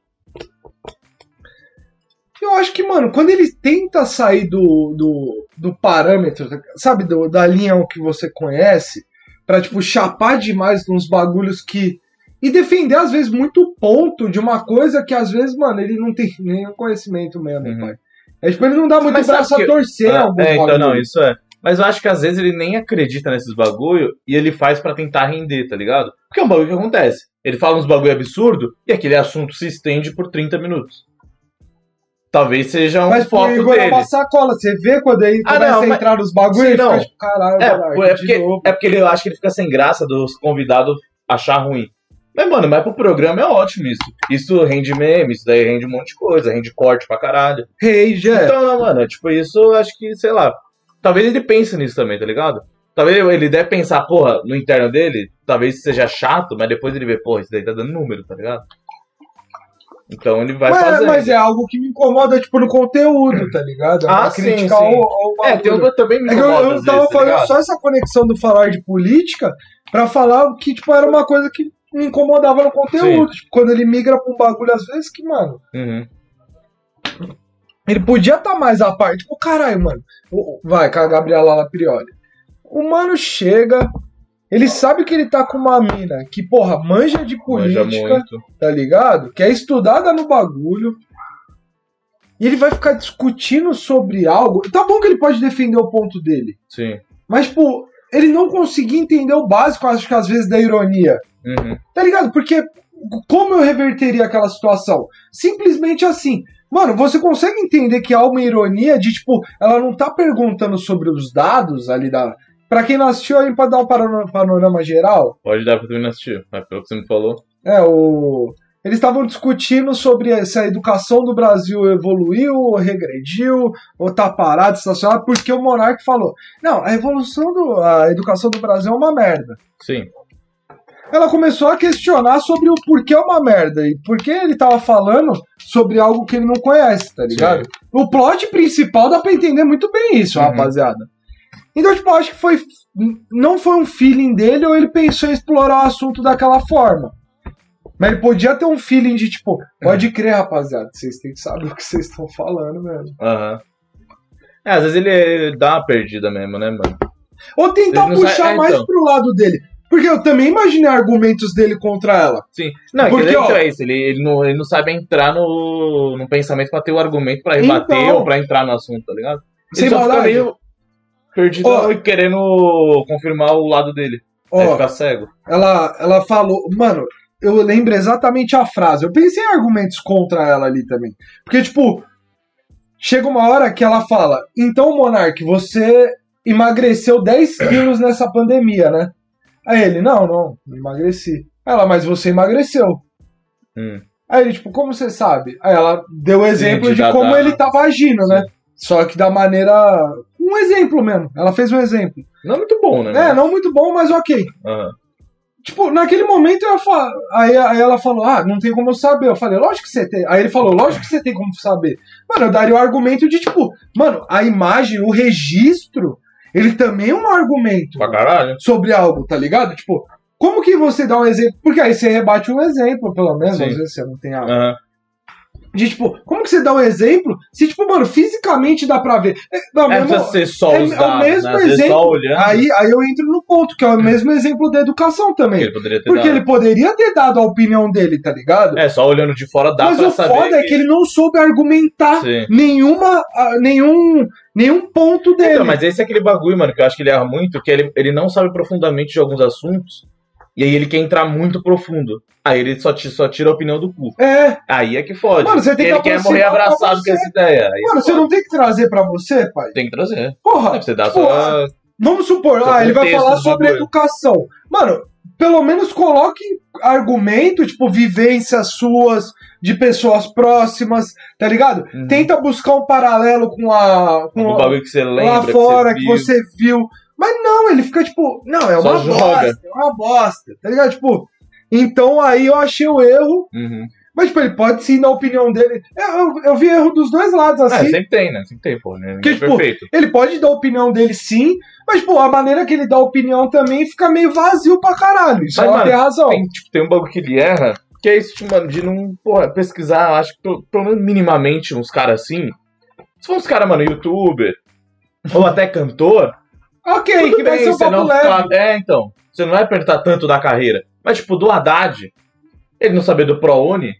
A: Eu acho que, mano, quando ele tenta sair do, do, do parâmetro, sabe, do- da linha um que você conhece, pra, tipo, chapar demais nos bagulhos que. E defender, às vezes, muito ponto de uma coisa que, às vezes, mano, ele não tem nenhum conhecimento mesmo,
B: Uhum.
A: pai. É tipo, ele não dá muito
B: Mas sabe
A: braço a
B: que-
A: torcer
B: ah,
A: algum
B: é, então
A: bagulho.
B: não, isso é. Mas eu acho que às vezes ele nem acredita nesses bagulho e ele faz pra tentar render, tá ligado? Porque é um bagulho que acontece. Ele fala uns bagulho absurdo e aquele assunto se estende por 30 minutos. Talvez seja um
A: Mas
B: foco
A: pro Igor é
B: dele.
A: uma sacola. Você vê quando ele
B: Ah,
A: começa
B: não,
A: a
B: mas-
A: entrar nos bagulhos,
B: Sim,
A: e fica
B: não.
A: tipo, caralho,
B: É,
A: caralho,
B: pô, é
A: de
B: porque,
A: novo.
B: é porque ele, eu acho que ele fica sem graça dos convidados achar ruim. Mas, mano, mas pro programa é ótimo isso. Isso rende meme, isso daí rende um monte de coisa, rende corte pra caralho.
A: Rage, é.
B: Então, não, mano, é tipo, isso eu acho que, sei lá. Talvez ele pense nisso também, tá ligado? Talvez ele- ele deve pensar, porra, no interno dele, talvez seja chato, mas depois ele vê, porra, isso daí tá dando número, tá ligado? Então ele vai
A: mas,
B: fazer.
A: mas é algo que me incomoda, tipo, no conteúdo, tá ligado? É uma
B: Ah, sim,
A: crítica
B: sim.
A: ao, ao
B: É, tem
A: bagulho.
B: um também me
A: É que eu,
B: incomoda
A: eu
B: às
A: tava
B: vezes, tá
A: falando
B: ligado?
A: só essa conexão do falar de política pra falar que, tipo, era uma coisa que me incomodava no conteúdo. Tipo, quando ele migra pra um bagulho, às vezes, que, mano,
B: Uhum.
A: ele podia estar mais à parte. Tipo, caralho, mano. o- o- Vai, com a Gabriela Laprioli. O mano chega, ele sabe que ele tá com uma mina que, porra, manja de política.
B: Manja muito.
A: tá ligado? Que é estudada no bagulho. E ele vai ficar discutindo sobre algo. Tá bom que ele pode defender o ponto dele.
B: Sim.
A: Mas, tipo, ele não conseguia entender o básico, acho que às vezes, da ironia.
B: Uhum.
A: Tá ligado? Porque como eu reverteria aquela situação? Simplesmente assim. Mano, você consegue entender que há uma ironia de, tipo, ela não tá perguntando sobre os dados ali da. Pra quem não assistiu aí, pra dar um panorama, panorama geral,
B: Pode dar pra tu não assistir, mas pelo que você me falou.
A: É, o... Eles estavam discutindo sobre se a educação do Brasil evoluiu, ou regrediu, ou tá parada, estacionada, porque o Monark falou: não, a evolução do. a educação do Brasil é uma merda.
B: Sim.
A: Ela começou a questionar sobre o porquê é uma merda e por que ele tava falando sobre algo que ele não conhece, tá ligado? O plot principal dá pra entender muito bem isso,
B: Uhum.
A: rapaziada. Então, tipo, eu acho que foi. Não foi um feeling dele ou ele pensou em explorar o assunto daquela forma. Mas ele podia ter um feeling de, tipo,
B: É.
A: pode crer, rapaziada, vocês têm que saber o que vocês estão falando, mano.
B: Aham. É, às vezes ele, ele dá uma perdida mesmo, né, mano?
A: Ou tentar
B: Ele não sabe-
A: puxar
B: é,
A: mais
B: então.
A: pro lado dele. Porque eu também imaginei argumentos dele contra ela.
B: Sim. Não, é que
A: Porque,
B: ele-
A: ó-
B: então é isso. Ele, ele, não, ele não sabe entrar no, no pensamento pra ter o argumento pra
A: Então.
B: rebater ou pra entrar no assunto, tá ligado? Ele
A: Sem
B: só fica
A: maldade.
B: meio perdido
A: Ó.
B: e querendo confirmar o lado dele.
A: Ó,
B: Aí fica cego.
A: ela, ela falou. Mano, eu lembro exatamente a frase. Eu pensei em argumentos contra ela ali também. Porque, tipo, chega uma hora que ela fala: Então, Monark, você emagreceu 10 quilos nessa pandemia, né? Aí ele: Não, não, não emagreci. Ela: Mas você emagreceu.
B: Hum.
A: Aí ele: Tipo, como você sabe? Aí ela deu o exemplo
B: de
A: de
B: dar-
A: como
B: dar-
A: ele tava agindo, né? Só que da maneira. Um exemplo mesmo. Ela fez um exemplo.
B: Não é muito bom, né?
A: É,
B: mano?
A: não muito bom, mas ok.
B: Aham.
A: Tipo, naquele momento eu fa- aí, aí ela falou, ah, não tem como eu saber. Eu falei, lógico que você tem. Aí ele falou, lógico que você tem como saber. Mano, eu daria o argumento de, tipo, mano, a imagem, o registro, ele também é um argumento
B: Pra caralho.
A: sobre algo, tá ligado? Tipo, como que você dá um exemplo? Porque aí você rebate um exemplo, pelo menos,
B: Sim.
A: às vezes você não tem algo.
B: Aham.
A: De, tipo, como que você dá um exemplo se, tipo, mano, fisicamente dá pra ver? É, não,
B: É, não
A: mesmo-
B: precisa ser só
A: é-
B: os
A: é o
B: dados,
A: mesmo
B: né? Às vezes
A: exemplo.
B: Só olhando.
A: aí, aí eu entro no ponto, que é o mesmo exemplo da educação
B: que
A: também.
B: ele poderia ter
A: Porque
B: dado.
A: ele poderia ter dado a opinião dele, tá ligado?
B: É, só olhando de fora dá
A: Mas
B: pra
A: o
B: saber.
A: foda é que ele não soube argumentar
B: Sim.
A: nenhuma, ah, nenhum, nenhum ponto dele.
B: Então, mas esse é aquele bagulho, mano, que eu acho que ele erra muito, que ele, ele não sabe profundamente de alguns assuntos, e aí ele quer entrar muito profundo. Aí ele só, ti- só tira a opinião do cu.
A: É,
B: Aí é que fode.
A: Mano, você tem
B: E
A: que
B: ele quer
A: aproximar
B: morrer
A: pra
B: abraçado
A: você.
B: com essa ideia. Aí
A: mano, você não tem que trazer pra você, pai?
B: tem que trazer.
A: Porra,
B: Você dá
A: tipo,
B: sua.
A: vamos supor,
B: Seu
A: ah, ele vai
B: contexto
A: falar
B: do
A: sobre
B: bagulho.
A: educação. Mano, pelo menos coloque argumento, tipo, vivências suas, de pessoas próximas, tá ligado?
B: Uhum.
A: Tenta buscar um paralelo com a...
B: Um
A: Com a
B: bagulho que você lembra.
A: lá fora, que
B: viu.
A: você viu. Mas não, ele fica tipo, não, é
B: Só
A: uma
B: joga.
A: bosta, é uma bosta, tá ligado? Tipo, então aí eu achei o erro,
B: Uhum.
A: mas tipo, ele pode sim, na opinião dele. Eu, eu, eu vi erro dos dois lados,
B: É,
A: assim.
B: sempre tem, né? Sempre tem, pô. Né?
A: Que,
B: Ninguém é
A: tipo,
B: perfeito.
A: ele pode dar a opinião dele sim, mas, pô, a maneira que ele dá a opinião também fica meio vazio pra caralho. Isso
B: Mas,
A: ela
B: mano,
A: tem razão.
B: Tem, tipo, tem um bagulho que ele erra, que é isso, tipo, mano, de não porra, pesquisar, acho que pelo pelo menos minimamente uns caras assim. Se for uns caras, mano, youtuber, ou até cantor,
A: Ok,
B: tudo
A: que vai
B: bem,
A: ser um
B: você
A: papo
B: não
A: leve.
B: fica- É, então. Você não vai apertar tanto da carreira. Mas, tipo, do Haddad, ele não saber do ProUni,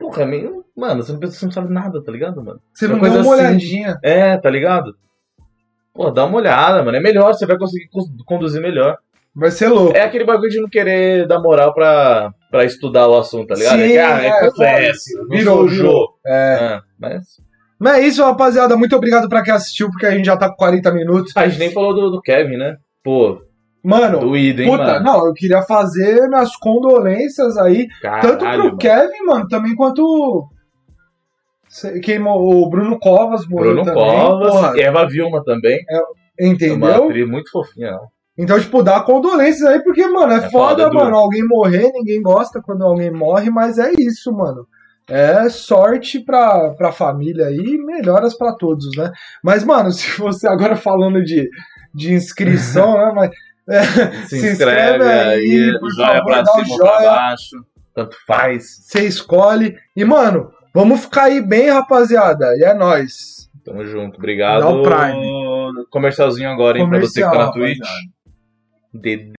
B: porra, meio. Mano, você não, pensa- você não sabe nada, tá ligado, mano?
A: Você
B: uma
A: não deu
B: coisa
A: uma
B: assim.
A: olhadinha.
B: É, tá ligado? Pô, dá uma olhada, mano. É melhor, você vai conseguir cons- conduzir melhor.
A: Vai ser louco.
B: É aquele bagulho de não querer dar moral pra, pra estudar o assunto, tá ligado? é,
A: Sim,
B: que, ah,
A: é,
B: acontece. não
A: virou,
B: sou o
A: virou.
B: jogo.
A: É.
B: Ah, mas
A: Mas é isso, rapaziada. Muito obrigado pra quem assistiu, porque a gente já tá com 40 minutos.
B: a gente nem falou do, do Kevin, né? Pô,
A: Mano,
B: doído, hein,
A: puta,
B: mano?
A: não, eu queria fazer minhas condolências aí,
B: Caralho,
A: tanto pro
B: mano.
A: Kevin, mano, também quanto. sei- Quem, mo- o Bruno Covas morreu
B: Bruno
A: também.
B: Covas
A: porra,
B: e Eva Vilma também. É Uma
A: entendeu?
B: atriz muito fofinha. ela.
A: Então, tipo, dá condolências aí, porque, mano, é,
B: É
A: foda,
B: foda, é
A: mano, alguém morrer, ninguém gosta quando alguém morre, mas é isso, mano. É sorte pra, pra família aí e melhoras pra todos, né? Mas, mano, se você agora falando de, de inscrição, né? Mas,
B: Se,
A: Se
B: inscreve
A: inscreve aí,
B: aí,
A: por
B: joia
A: favor, dá
B: pra
A: um
B: cima ou pra
A: joia.
B: baixo. Tanto faz.
A: você escolhe. E, mano, vamos ficar aí bem, rapaziada. E é nóis.
B: Tamo junto, obrigado.
A: Dá o
B: Comercialzinho agora, hein, pra você que tá na
A: Comercial,
B: Twitch.
A: rapaziada.
B: DD.